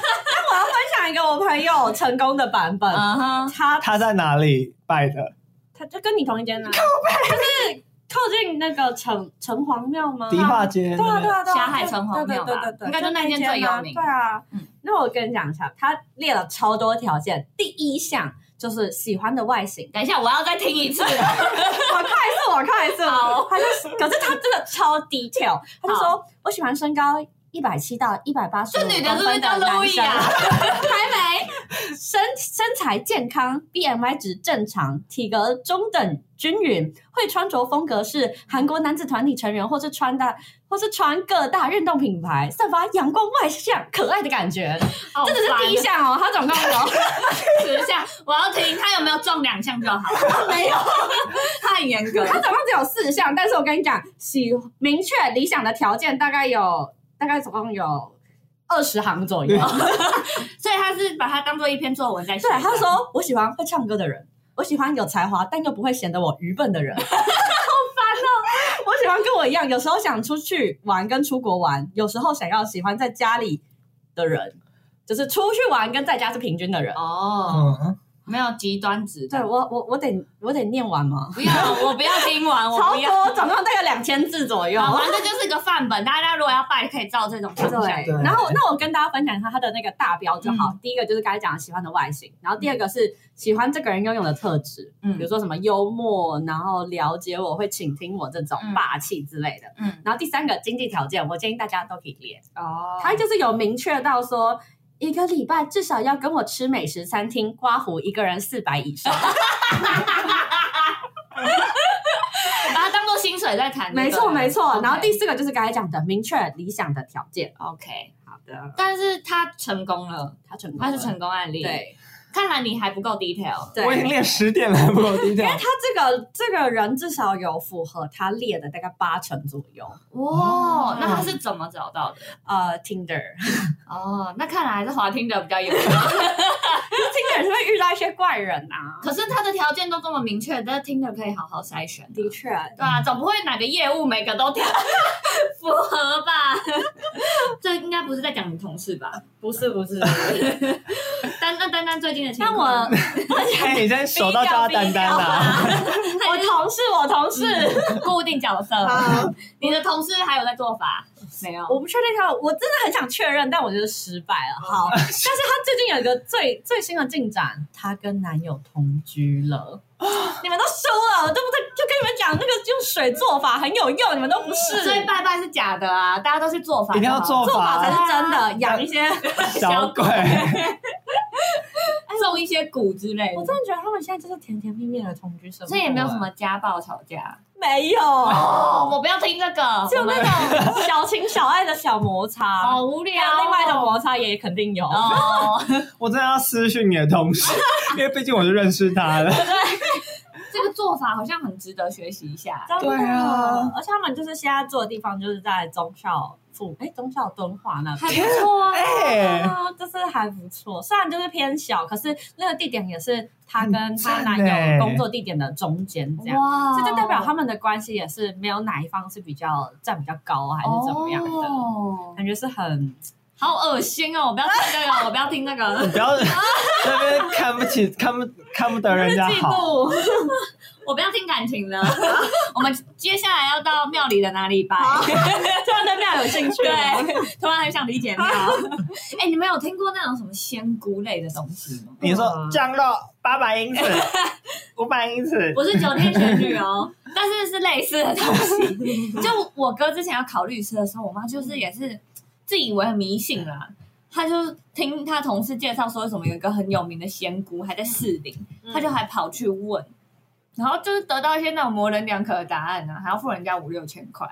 Speaker 4: 分享一个我朋友成功的版本，
Speaker 3: 嗯哼，
Speaker 4: 他
Speaker 2: 他在哪里拜的？
Speaker 4: 他就跟你同一间啊，就是靠近那个城城隍庙吗？
Speaker 2: 迪化街
Speaker 4: 对啊对啊对啊，
Speaker 3: 霞海城隍庙吧
Speaker 4: 对对对对对，
Speaker 3: 应该就那间最有名
Speaker 4: 对啊
Speaker 3: 嗯，。
Speaker 4: 那我跟你讲一下，他列了超多条件，第一项就是喜欢的外形
Speaker 3: 等一下我要再听一次。
Speaker 4: 我看一次，我看一次。
Speaker 3: 好
Speaker 4: 他就是，可是他真的超 detail，他就说我喜欢身高一百七到一百八十
Speaker 3: 这
Speaker 4: 公
Speaker 3: 女的是不是
Speaker 4: 分
Speaker 3: 叫路
Speaker 4: 男
Speaker 3: 易
Speaker 4: 生，
Speaker 3: 啊？
Speaker 4: 还没身身材健康，BMI 值正常，体格中等均匀，会穿着风格是韩国男子团体成员，或是穿大或是穿各大运动品牌，散发阳光外向可爱的感觉。
Speaker 3: 这
Speaker 4: 这只是第一项哦，他总 共有
Speaker 3: 十项，我要听他有没有中两项就好。
Speaker 4: 没有？
Speaker 3: 太严格
Speaker 4: 他总共只有四项，但是我跟你讲，喜明确理想的条件大概有大概总共有二十行左 右。
Speaker 3: 所以他是把它当做一篇作文在写。
Speaker 4: 对，他说我喜欢会唱歌的人，我喜欢有才华但又不会显得我愚笨的人。 好烦哦！我喜欢跟我一样，有时候想出去玩跟出国玩，有时候想要喜欢在家里的人，就是出去玩跟在家是平均的人。
Speaker 3: 哦，
Speaker 2: 嗯，
Speaker 3: 没有极端值
Speaker 4: 对
Speaker 3: 的，
Speaker 4: 我，我我得我得念完吗？
Speaker 3: 不要，我不要听完，我
Speaker 4: 超
Speaker 3: 不要。
Speaker 4: 多，总共大概两千字左右。
Speaker 3: 好，反正就是个范本，大家如果要拜，可以照这种方向。
Speaker 4: 对，
Speaker 2: 对
Speaker 4: 然后那我跟大家分享一下他的那个大标就
Speaker 3: 嗯
Speaker 4: 好。第一个就是刚才讲的喜欢的外形，然后第二个是喜欢这个人拥有的特质，
Speaker 3: 嗯
Speaker 4: 比如说什么幽默，然后了解我，会倾听我这种
Speaker 3: 嗯
Speaker 4: 霸气之类的。
Speaker 3: 嗯，
Speaker 4: 然后第三个经济条件，我建议大家都可以列，
Speaker 3: 哦
Speaker 4: 他就是有明确到说。一个礼拜至少要跟我吃美食餐厅，刮胡一个人四百 以上，
Speaker 3: 把它当做薪水在谈。
Speaker 4: 没错没错。然后第
Speaker 3: 四
Speaker 4: 四个就是刚才讲的明确理想的条件。
Speaker 3: ，OK，
Speaker 4: 好的，
Speaker 3: 但是他成功了，
Speaker 4: 他成功了，
Speaker 3: 他是成功案例。，
Speaker 4: 对
Speaker 3: 看来你还不够 detail。
Speaker 4: 对。
Speaker 2: 我已经练十点了，还不够低调。
Speaker 4: 他这个这个人至少有符合他列的大概八成左右。
Speaker 3: 哇，哦那他是怎么找到的？
Speaker 4: 呃，Tinder，Tinder
Speaker 3: 哦，那看来还是华听的比较有用。
Speaker 4: 是会遇到一些怪人 啊。
Speaker 3: 可是他的条件都这么明确，但是听的可以好好筛选。
Speaker 4: 的确，
Speaker 3: 对啊，总不会哪个业务每个都挑符合吧？ 这应该不是在讲你同事吧？
Speaker 4: 不是不是，
Speaker 3: 丹丹丹丹最近的情
Speaker 4: 但
Speaker 3: 况，
Speaker 4: 我
Speaker 2: 哎，你现在手 到叫他丹丹啦，
Speaker 4: 我 同事我同事，
Speaker 3: 固定角色。
Speaker 4: 啊
Speaker 3: 你的同事还有在做法没有？
Speaker 4: 我不确定他，我真的很想确认，但我觉得失败了。好，但是他最近有一个最 最新的进展，她跟男友同居了。你们都输了，我都不就跟你们讲那个用水做法很有用，你们都不是，
Speaker 3: 所以拜拜是假嗯的啊，大家都去做法，
Speaker 2: 一定要做
Speaker 4: 做法才
Speaker 2: 法，啊
Speaker 4: 是真的，养一些。
Speaker 2: 小鬼。
Speaker 3: 种一些骨之类
Speaker 4: 我
Speaker 3: 的
Speaker 4: 真。的觉得他们现在就是甜甜蜜蜜的同居生活，
Speaker 3: 所以哎也没有什么家暴吵架
Speaker 4: 没有，
Speaker 3: 哦，我不要听这个，
Speaker 4: 就
Speaker 3: 我们
Speaker 4: 那种小情小爱的小摩擦。
Speaker 3: 好无聊
Speaker 4: 还
Speaker 3: 哦。
Speaker 4: 有另外一种摩擦也肯定有，
Speaker 3: 哦，
Speaker 2: 我真的要私讯你的同事，因为毕竟我就认识他了。
Speaker 3: 这个做法好像很值得学习一下。
Speaker 4: 真的
Speaker 2: 对啊
Speaker 4: 而且他们就是现在住的地方就是在中校附，哎，中校敦化那
Speaker 3: 还
Speaker 4: 边。
Speaker 3: 不错啊，
Speaker 2: 哎，
Speaker 4: 啊，就是还不错，虽然就是偏小，可是那个地点也是她跟她
Speaker 2: 很赞
Speaker 4: 男友
Speaker 2: 欸
Speaker 4: 工作地点的中间，这样，
Speaker 3: 哇
Speaker 4: 所以就代表他们的关系也是没有哪一方是比较占比较高还是怎么样的。
Speaker 3: 哦
Speaker 4: 感觉是很
Speaker 3: 好恶心哦！我不要听这 个，我不要听那
Speaker 2: 你
Speaker 3: 个，
Speaker 2: 不要那边看不起、看不看不得人家好。
Speaker 4: 妒。
Speaker 3: 我不要听感情的。 我们接下来要到庙里的哪里拜？
Speaker 4: 突然对庙有兴趣了，
Speaker 3: 对，突然很想理解 庙。哎、你们有听过那种什么仙姑类的东西吗？
Speaker 2: 你说降到八百英尺、五百英尺，
Speaker 3: 不是九天玄女哦，但是是类似的东西。就我哥之前要考律师的时候，我妈就是也是自以为很迷信啦。他就听他同事介绍说，什么有一个很有名的仙姑还在士林，他就还跑去问，然后就是得到一些那种模棱两可的答案呢、啊，还要付人家五六千块。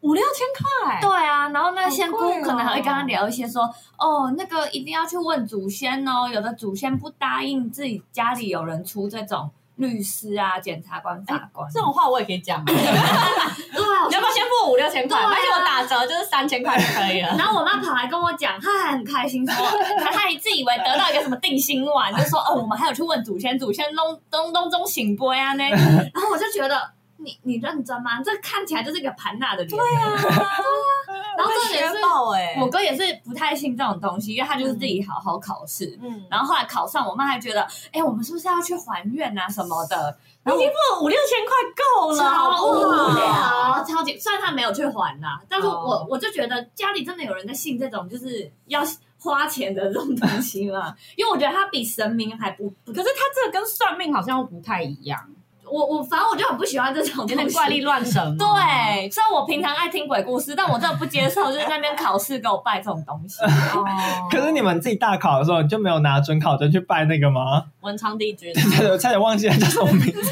Speaker 4: 五六千块，
Speaker 3: 对啊，然后那仙姑
Speaker 4: 好贵哦
Speaker 3: 可能还会跟他聊一些说，哦，那个一定要去问祖先哦，有的祖先不答应自己家里有人出这种律师啊、检察官、法官。
Speaker 4: 这种话我也可以 讲。你
Speaker 3: 对啊，我
Speaker 4: 要不要先付我五六千块？
Speaker 3: 对啊
Speaker 4: 而且我打折就是三千 块就可以了。
Speaker 3: 然后我妈跑来跟我讲，她还很开心说， 她还自以为得到一个什么定心丸，就说哦，我们还有去问祖先，祖先东东东中醒波呀呢。 然后我就觉得，你你认真吗？这看起来就是一个盘娜的脸。对啊， 然后重点是
Speaker 4: 被学爆哎，
Speaker 3: 我哥也是不太信这种东西，因为他就是自己好好考试。
Speaker 4: 嗯，
Speaker 3: 然后后来考上，我妈还觉得，哎，我们是不是要去还愿啊什么的？然后
Speaker 4: 付五六千块够了，好
Speaker 3: 超
Speaker 4: 不
Speaker 3: 无
Speaker 4: 好？
Speaker 3: 聊，超级。虽然他没有去还啦，但是我、
Speaker 4: 哦
Speaker 3: 我就觉得家里真的有人在信这种就是要花钱的这种东西嘛， 因为我觉得他比神明还不不
Speaker 4: 可。是他这个跟算命好像又不太一样，
Speaker 3: 我我反正我就很不喜欢这种
Speaker 4: 有
Speaker 3: 东
Speaker 4: 点
Speaker 3: 西。
Speaker 4: 怪力乱神。，
Speaker 3: 对，虽然我平常爱听鬼故事，但我真的不接受，就是那边考试给我拜这种东 西。
Speaker 4: 哦
Speaker 2: 可是你们自己大考的时候，你就没有拿准考证去拜那个吗？
Speaker 4: 文昌帝君，
Speaker 2: 我差点忘记了叫什么名字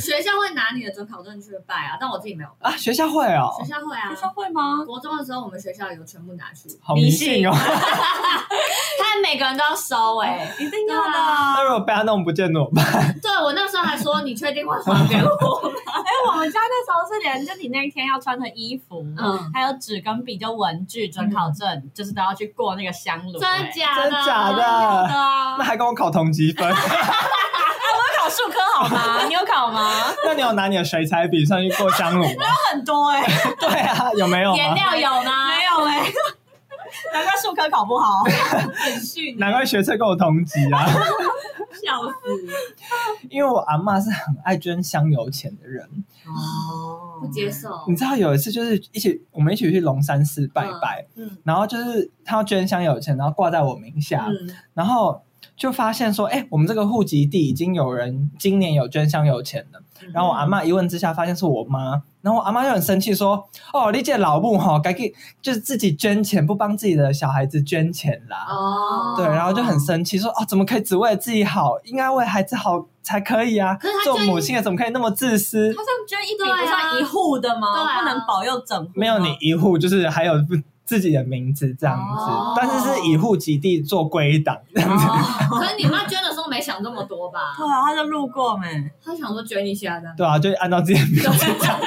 Speaker 3: 学校会拿你的准考证去拜啊，但我自己没有。
Speaker 2: 啊！学校会哦
Speaker 3: 学，校会啊
Speaker 4: 学，校会吗？
Speaker 3: 国中的时候我们学校有全部拿去，
Speaker 2: 好迷信哦。
Speaker 3: 他每个人都要收哎、
Speaker 4: 一定
Speaker 3: 要的
Speaker 2: 那如果被他弄不见怎么办？
Speaker 3: 对我那时候还说，你确定会还给我吗？
Speaker 4: 哎，我们家那时候是连就你那一天要穿的衣服，
Speaker 3: 嗯
Speaker 4: 还有纸跟笔，就文具、准考证，就是都要去过那个香炉。
Speaker 3: 真的
Speaker 4: 哎
Speaker 3: 假的？
Speaker 2: 真假的
Speaker 3: 真的
Speaker 2: 那
Speaker 3: 啊。
Speaker 2: 还跟我考同级分？
Speaker 4: 我 考数科好吗？你有考吗？
Speaker 2: 那你有拿你的水彩笔上去过香炉 吗？
Speaker 4: 很多哎、
Speaker 2: 对啊，有没有
Speaker 3: 颜
Speaker 2: 吗？
Speaker 3: 料有吗？
Speaker 4: 没 有哎、难怪数科考不好。
Speaker 3: 很逊，
Speaker 2: 难怪学测跟我同级啊，
Speaker 3: 笑死，
Speaker 2: 因为我阿嬷是很爱捐香油钱的人。
Speaker 4: 哦
Speaker 3: 不接受。
Speaker 2: 你知道有一次就是一起我们一起去龙山寺拜拜，
Speaker 4: 嗯嗯
Speaker 2: 然后就是他要捐香油钱，然后挂在我名下，
Speaker 3: 嗯，
Speaker 2: 然后就发现说，哎、我们这个户籍地已经有人今年有捐香油钱了。
Speaker 4: 嗯
Speaker 2: 然后我阿嬷一问之下，发现是我妈，然后我阿妈就很生气说：“哦，你这老母哈，该给就是自己捐钱，不帮自己的小孩子捐钱啦。
Speaker 3: 哦，
Speaker 2: 对，然后就很生气，说哦，怎么可以只为了自己好？应该为孩子好才可以啊！
Speaker 3: 可是他
Speaker 2: 做
Speaker 3: 捐
Speaker 2: 母亲的怎么可以那么自私？
Speaker 4: 他像捐一笔
Speaker 3: 对啊
Speaker 4: 不算一户的吗？
Speaker 3: 对啊
Speaker 4: 不能保佑整户吗
Speaker 2: 没有你一户，就是还有自己的名字这样子，
Speaker 3: 哦
Speaker 2: 但是是以户籍地做归档。
Speaker 4: 哦
Speaker 3: 可是你妈捐的时候没想这么多吧
Speaker 4: 对？啊，他就路过没。
Speaker 3: 她想说捐一下的。
Speaker 2: 对啊，就按照自己的名 字这样子。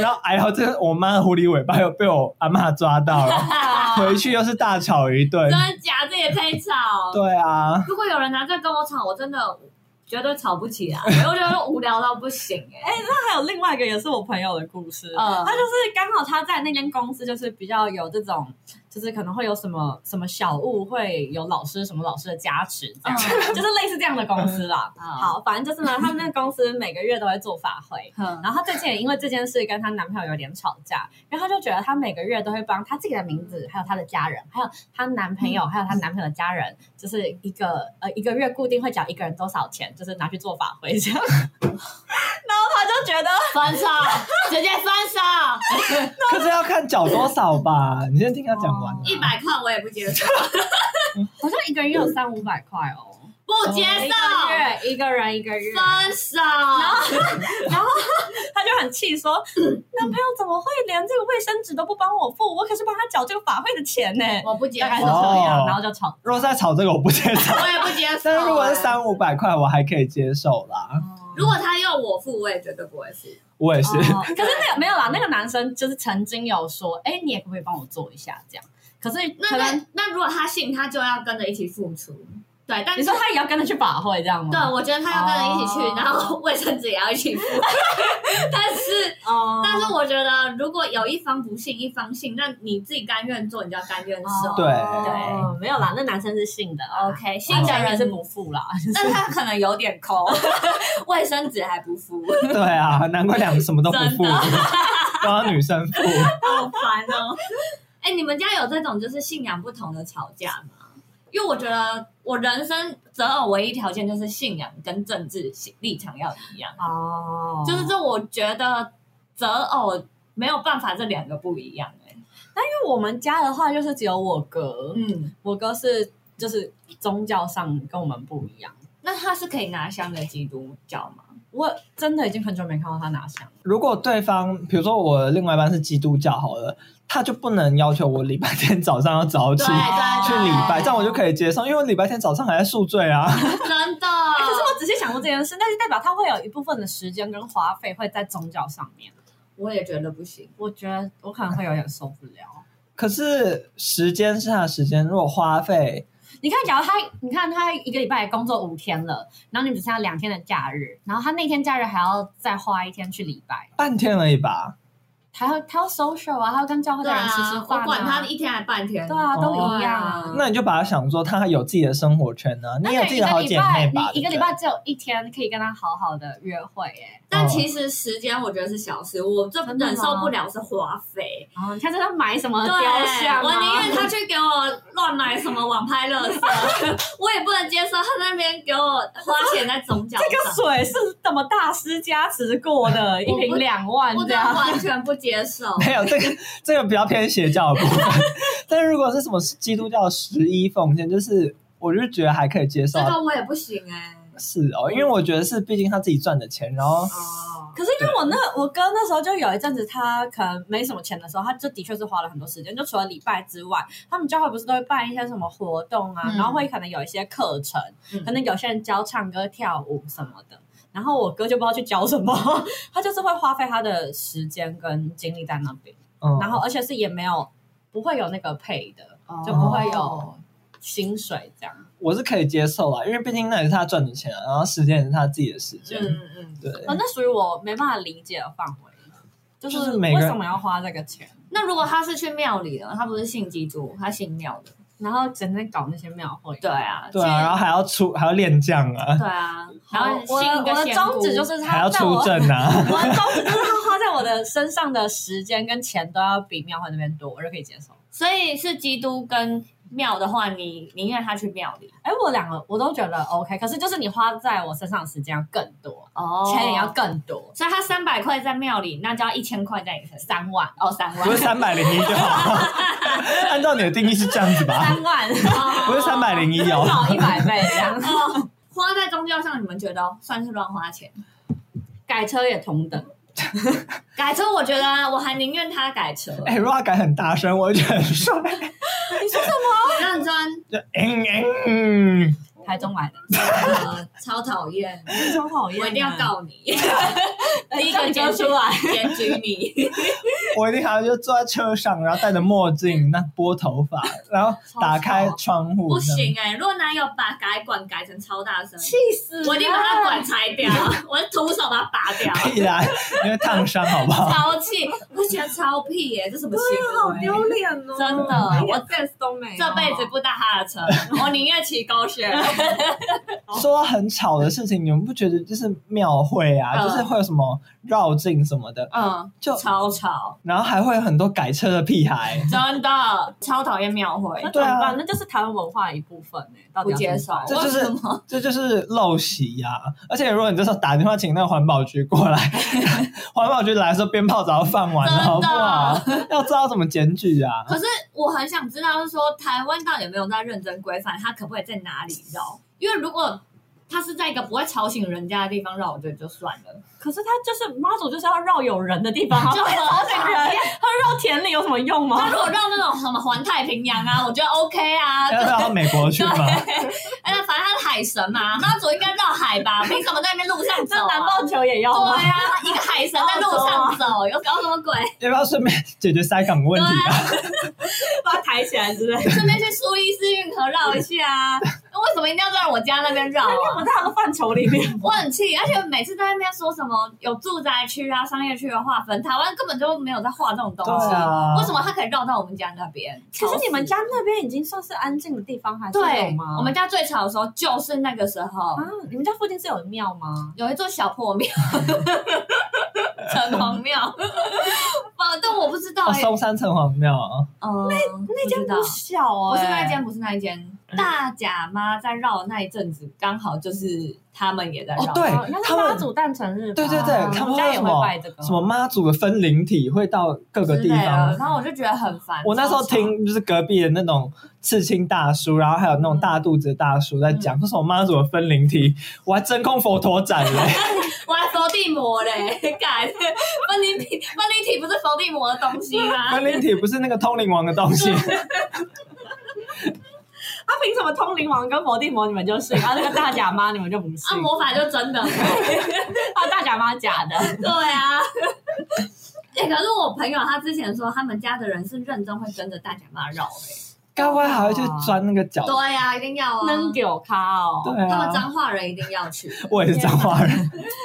Speaker 2: 然后，哎呦，这个我妈的狐狸尾巴又被我阿妈抓到了，
Speaker 3: 啊
Speaker 2: 回去又是大吵一顿
Speaker 3: 真。的假的？这也可以吵？
Speaker 2: 对啊，
Speaker 3: 如果有人拿这跟我吵，我真的绝对吵不起来，我觉得无聊到不行哎。
Speaker 4: 还有另外一个也是我朋友的故事，
Speaker 3: 嗯
Speaker 4: 他就是刚好他在那间公司就是比较有这种，就是可能会有什么什么小物会有老师什么老师的加持这样，就是类似这样的公司啦。
Speaker 3: 嗯
Speaker 4: 好，反正就是呢，他们那个公司每个月都会做法会。
Speaker 3: 嗯
Speaker 4: 然后她最近也因为这件事跟她男朋友有点吵架，然后她就觉得她每个月都会帮她自己的名字，还有她的家人，还有她男朋友，还有她男朋友的家人，就是一个呃一个月固定会缴一个人多少钱，就是拿去做法会这样。 然后她就觉得
Speaker 3: 分手，直接分手，
Speaker 2: 可是要看缴多少吧？你先听他讲完啊。
Speaker 3: 一百块我也不接受，
Speaker 4: 好像一个人也有三五百块哦，
Speaker 3: 不接
Speaker 4: 一
Speaker 3: 受。
Speaker 4: 个月一个人一个月，
Speaker 3: 分手，然后
Speaker 4: 他就很气说，男朋友怎么会连这个卫生纸都不帮我付，我可是帮他缴这个法会的钱呢，
Speaker 3: 我不接
Speaker 4: 大概是
Speaker 3: 受，
Speaker 4: 这样，
Speaker 2: 哦
Speaker 4: 然后就吵。
Speaker 2: 如果是在吵这个，我不接受。
Speaker 3: 我也不接受、
Speaker 2: 但是如果是
Speaker 3: 欸
Speaker 2: 三五百块，我还可以接受啦。
Speaker 3: 如果他要我付，我也绝对不会付。
Speaker 2: 我也是，
Speaker 4: 哦可是那个没有啦，那个男生就是曾经有说，哎，你也可不可以帮我做一下这样？可是
Speaker 3: 那
Speaker 4: 可能
Speaker 3: 那那如果他信，他就要跟着一起付出。对，但
Speaker 4: 你说他也要跟着去法会这样吗？
Speaker 3: 对，我觉得他要跟着一起去，
Speaker 4: 哦
Speaker 3: 然后卫生纸也要一起付。 但是
Speaker 4: 哦，
Speaker 3: 但是我觉得，如果有一方不信，一方信，那你自己甘愿做，你就要甘愿受。
Speaker 4: 哦
Speaker 2: 对
Speaker 4: 对，没有啦，那男生是信的啊
Speaker 3: OK，信
Speaker 4: 信
Speaker 3: 的
Speaker 4: 的人
Speaker 3: 人
Speaker 4: 是不，付啦，
Speaker 3: 但他可能有点抠， 卫生纸还不付，
Speaker 2: 对啊，难怪两个什么都不付
Speaker 3: 真，
Speaker 2: 都要女生付。
Speaker 3: 好烦哦。哎、你们家有这种就是信仰不同的吵架吗？因为我觉得我人生择偶唯一条件就是信仰跟政治立场要一样，
Speaker 4: 哦
Speaker 3: 就是这我觉得择偶没有办法这两个不一样哎、
Speaker 4: 但因为我们家的话，就是只有我哥，
Speaker 3: 嗯，
Speaker 4: 我哥是就是宗教上跟我们不一样。
Speaker 3: 那他是可以拿香的基督教吗？
Speaker 4: 我真的已经很久没看到他拿香，
Speaker 2: 如果对方，比如说我的另外一半是基督教好了，他就不能要求我礼拜天早上要早起
Speaker 3: 对
Speaker 4: 啊
Speaker 3: 对
Speaker 2: 去
Speaker 3: 对
Speaker 2: 礼拜，这样我就可以接受，因为我礼拜天早上还在宿醉啊。
Speaker 3: 真的。
Speaker 4: 欸可是我仔细想过这件事，但是代表他会有一部分的时间跟花费会在宗教上面。
Speaker 3: 我也觉得不行。
Speaker 4: 我觉得我可能会有点受不了。
Speaker 2: 可是时间是他的时间，如果花费，
Speaker 4: 你看，假如他，你看他一个礼拜工作五天了，然后你只剩下两天的假日，然后他那天假日还要再花一天去礼拜，
Speaker 2: 半天而已吧。
Speaker 4: 他要他要 social 啊，他要跟教会的人吃吃饭、啊
Speaker 3: 我管他一天还半天。
Speaker 4: 对啊，都一样
Speaker 3: 哦
Speaker 4: 啊。
Speaker 2: 那你就把他想说，他有自己的生活圈呢、你有自己的好姐妹吧？
Speaker 4: 你一个
Speaker 2: 对不对
Speaker 4: 礼拜只有一天可以跟他好好的约会、哎耶。
Speaker 3: 但
Speaker 2: 嗯
Speaker 3: 其实时间我觉得是小事，我最忍受不了是花费。
Speaker 4: 哎，哦，你看这他买什么
Speaker 3: 对，
Speaker 4: 雕像、啊？
Speaker 3: 我宁愿他去给我乱买什么网拍乐色， 我也不能接受他那边给我花钱在总角
Speaker 4: 这个
Speaker 3: 上，
Speaker 4: 水是怎么大师加持过的？一瓶两万
Speaker 3: 我
Speaker 4: 这
Speaker 3: 真的
Speaker 4: 样。
Speaker 3: 完全不接受。
Speaker 2: 没有这个这个比较偏邪教的部分。但如果是什么基督教十一奉献，就是我就觉得还可以接受啊
Speaker 3: 这。个我也不行哎、
Speaker 2: 是哦，因为我觉得是，毕竟他自己赚的钱，然后
Speaker 3: 哦，
Speaker 4: 可是因为我那我哥那时候就有一阵子，他可能没什么钱的时候，他就的确是花了很多时间。就除了礼拜之外，他们教会不是都会办一些什么活动啊，
Speaker 3: 嗯
Speaker 4: 然后会可能有一些课程，
Speaker 3: 嗯
Speaker 4: 可能有些人教唱歌、跳舞什么的。然后我哥就不知道去教什么， 他就是会花费他的时间跟精力在那边，
Speaker 2: 嗯，
Speaker 4: 哦然后而且是也没有不会有那个配的，
Speaker 2: 哦
Speaker 4: 就不会
Speaker 3: 哦
Speaker 4: 有薪水这样。
Speaker 2: 我是可以接受啦，因为毕竟那也是他赚的钱啊，然后时间也是他自己的时间。
Speaker 3: 嗯嗯嗯。
Speaker 2: 对，
Speaker 4: 啊，那属于我没办法理解的范围了，就
Speaker 2: 就是
Speaker 4: 是
Speaker 2: 每个
Speaker 4: 为
Speaker 2: 人
Speaker 4: 什么要花这个钱，
Speaker 3: 那如果他是去庙里的，他不是信基督，他信庙的。
Speaker 4: 然后整天搞那些庙会。
Speaker 3: 对，啊，
Speaker 2: 对啊，然后还要出还要练将啊，
Speaker 3: 对啊，然
Speaker 4: 然后
Speaker 3: 后
Speaker 4: 我
Speaker 3: 信一
Speaker 4: 的
Speaker 3: 个
Speaker 4: 我的
Speaker 3: 仙
Speaker 4: 宗
Speaker 3: 姑
Speaker 4: 旨就是
Speaker 2: 还
Speaker 4: 他
Speaker 2: 要
Speaker 4: 在我
Speaker 2: 出阵啊。
Speaker 4: 我的宗旨就是他花在我的身上的时间跟钱都要比庙会那边多，我就可以接受。
Speaker 3: 所以是基督跟庙的话，你宁愿他去庙里
Speaker 4: 哎，我两个我都觉得 OK，可是就是你花在我身上的时间要更多，
Speaker 3: 哦
Speaker 4: 钱也要。更多，
Speaker 3: 所以他三百块在庙里，那就要一千块在你身上
Speaker 4: 三万
Speaker 3: 哦，三万
Speaker 2: 不是三百零一就好， 按照你的定义是这样子吧？
Speaker 4: 三万，
Speaker 2: 不是三百零一
Speaker 4: 至
Speaker 2: 哦
Speaker 4: 少，一百倍这样。
Speaker 3: 哦，花在宗教上，你们觉得算是乱花钱？
Speaker 4: 改车也同等，
Speaker 3: 改车，我觉得啊我还宁愿他改车。
Speaker 2: 哎，如果他改很大声，我会觉得很帅。
Speaker 3: 认真，
Speaker 2: 就嗯嗯，
Speaker 4: 台中买的，
Speaker 3: 呃超讨厌，
Speaker 4: 台中 好
Speaker 3: 我一定要告你，第一个
Speaker 4: 交
Speaker 3: 检举
Speaker 4: 出来。
Speaker 3: 检举你。
Speaker 2: 我一定好像就坐在车上，然后戴着墨镜，那拨头发，然后打开窗户，
Speaker 3: 啊不行哎、如果男友把改管改成超大声，
Speaker 4: 死啊
Speaker 3: 我一定把他管拆掉，我徒手把他拔掉。
Speaker 2: 这样，必然因为烫伤，好不好？
Speaker 3: 超气，我喜欢超屁耶、这什么
Speaker 2: 啊
Speaker 3: 行为？
Speaker 4: 脸哦
Speaker 3: 真的
Speaker 4: 我 sense 都没有
Speaker 3: 这辈子不搭他的车，我宁愿骑狗血。
Speaker 2: 说到很吵的事情，你们不觉得就是庙会啊，
Speaker 3: 嗯
Speaker 2: 就是会有什么绕境什么的，
Speaker 3: 嗯，
Speaker 2: 就
Speaker 3: 超吵，
Speaker 2: 然后还会有很多改车的屁孩，
Speaker 3: 真的超讨厌庙会
Speaker 4: 那，怎
Speaker 2: 对
Speaker 4: 么
Speaker 2: 啊
Speaker 4: 办？那就是台湾文化的一部分呢、到底
Speaker 3: 不
Speaker 4: 要
Speaker 3: 接
Speaker 4: 怎
Speaker 3: 受
Speaker 4: 么办。
Speaker 2: 这就是
Speaker 3: 为什么？
Speaker 2: 这就是陋习呀、而且如果你这时候打电话请那个环保局过来， 环保局来的时候鞭炮早就放完了，好不好？要知道怎么检举啊。
Speaker 3: 可是我很想知道，是说台湾到底有没有在认真规范，他可不可以在哪里绕？因为如果他是在一个不会吵醒人家的地方绕，我觉得就算 了。
Speaker 4: 可是他就是妈祖，就是要绕有人的 地方，他
Speaker 3: 就
Speaker 4: 会
Speaker 3: 很
Speaker 4: 吵醒人，他绕田里有什么用
Speaker 3: 他
Speaker 4: 吗
Speaker 3: 如？果绕那种什么环太平洋 啊，我觉得 OK 啊，
Speaker 2: 要到美国去吗？
Speaker 3: 哎，那反正他是海神嘛，妈祖应该绕海吧？凭什么在那边路上
Speaker 4: 这
Speaker 3: 走、
Speaker 4: 南
Speaker 3: 啊？
Speaker 4: 半球也要吗
Speaker 3: 对？啊，一个海神在路上走，有搞什么鬼？
Speaker 2: 要不要顺便解决塞港问题啊？
Speaker 4: 把它抬起来之类 的。
Speaker 3: 顺便去苏伊士运河绕一下啊？那为什么一定要在我家那边绕啊？
Speaker 4: 我 在他的范畴里面，
Speaker 3: 我很气，而且每次在那边说什么有住宅区啊、商业区的划分，台湾根本就没有在划这种东西。
Speaker 2: 对啊
Speaker 3: 为什么他可以绕到我们家那边？
Speaker 4: 可是你们
Speaker 3: 吵
Speaker 4: 家那边已经算是安静的地方，还
Speaker 3: 死
Speaker 4: 是有
Speaker 3: 对哦
Speaker 4: 吗？，
Speaker 3: 我们家最吵的时候就是那个时候，
Speaker 4: 啊，你们家附近是有庙吗？
Speaker 3: 有一座小破庙， 城隍 庙，反但我不知道
Speaker 2: 哦，
Speaker 3: 哎、欸，
Speaker 2: 松山城隍庙啊，
Speaker 3: 嗯，那
Speaker 4: 那间
Speaker 3: 不知道
Speaker 4: 不小哦、
Speaker 2: 哎
Speaker 3: 不是那一间，不是那一间，大甲妈在绕的那一阵子，刚好就是他们也在绕。
Speaker 2: 哦对
Speaker 4: 哦那是
Speaker 2: 他们
Speaker 4: 妈祖诞辰日吧，
Speaker 2: 对对对，他
Speaker 4: 我
Speaker 2: 们
Speaker 4: 们家
Speaker 2: 会
Speaker 4: 也
Speaker 2: 什
Speaker 4: 会
Speaker 2: 么
Speaker 4: 拜这个，
Speaker 2: 什么妈祖的分灵体会到各个
Speaker 3: 啊之
Speaker 2: 地
Speaker 3: 类的，
Speaker 2: 方。
Speaker 3: 然后我就觉得很烦。
Speaker 2: 我那时候
Speaker 3: 超吵，
Speaker 2: 听就是隔壁的那种刺青大叔，然后还有那种大肚子的大叔在
Speaker 3: 嗯
Speaker 2: 讲，说什么妈祖的分灵体，我还真空佛陀展嘞，
Speaker 3: 我还伏地魔嘞， 改分灵体，分灵体不是伏地魔的东西吗
Speaker 2: 分？灵体不是那个通灵王的东西，
Speaker 3: 啊
Speaker 4: 他凭什么通灵王跟佛地魔你们就信，然后那个大假妈你们就不信？
Speaker 3: 啊，魔法就真的。
Speaker 4: 啊，大假妈假的，
Speaker 3: 对啊。 哎、可是我朋友他之前说，他们家的人是认真会跟着大甲妈绕的。
Speaker 2: 该不会还会去钻那个脚？
Speaker 3: 对啊，一定要啊！
Speaker 4: 能给我咖哦。
Speaker 2: 对
Speaker 3: 他们
Speaker 2: 啊，
Speaker 3: 彰化人一定要去。
Speaker 2: 我也是彰 化人，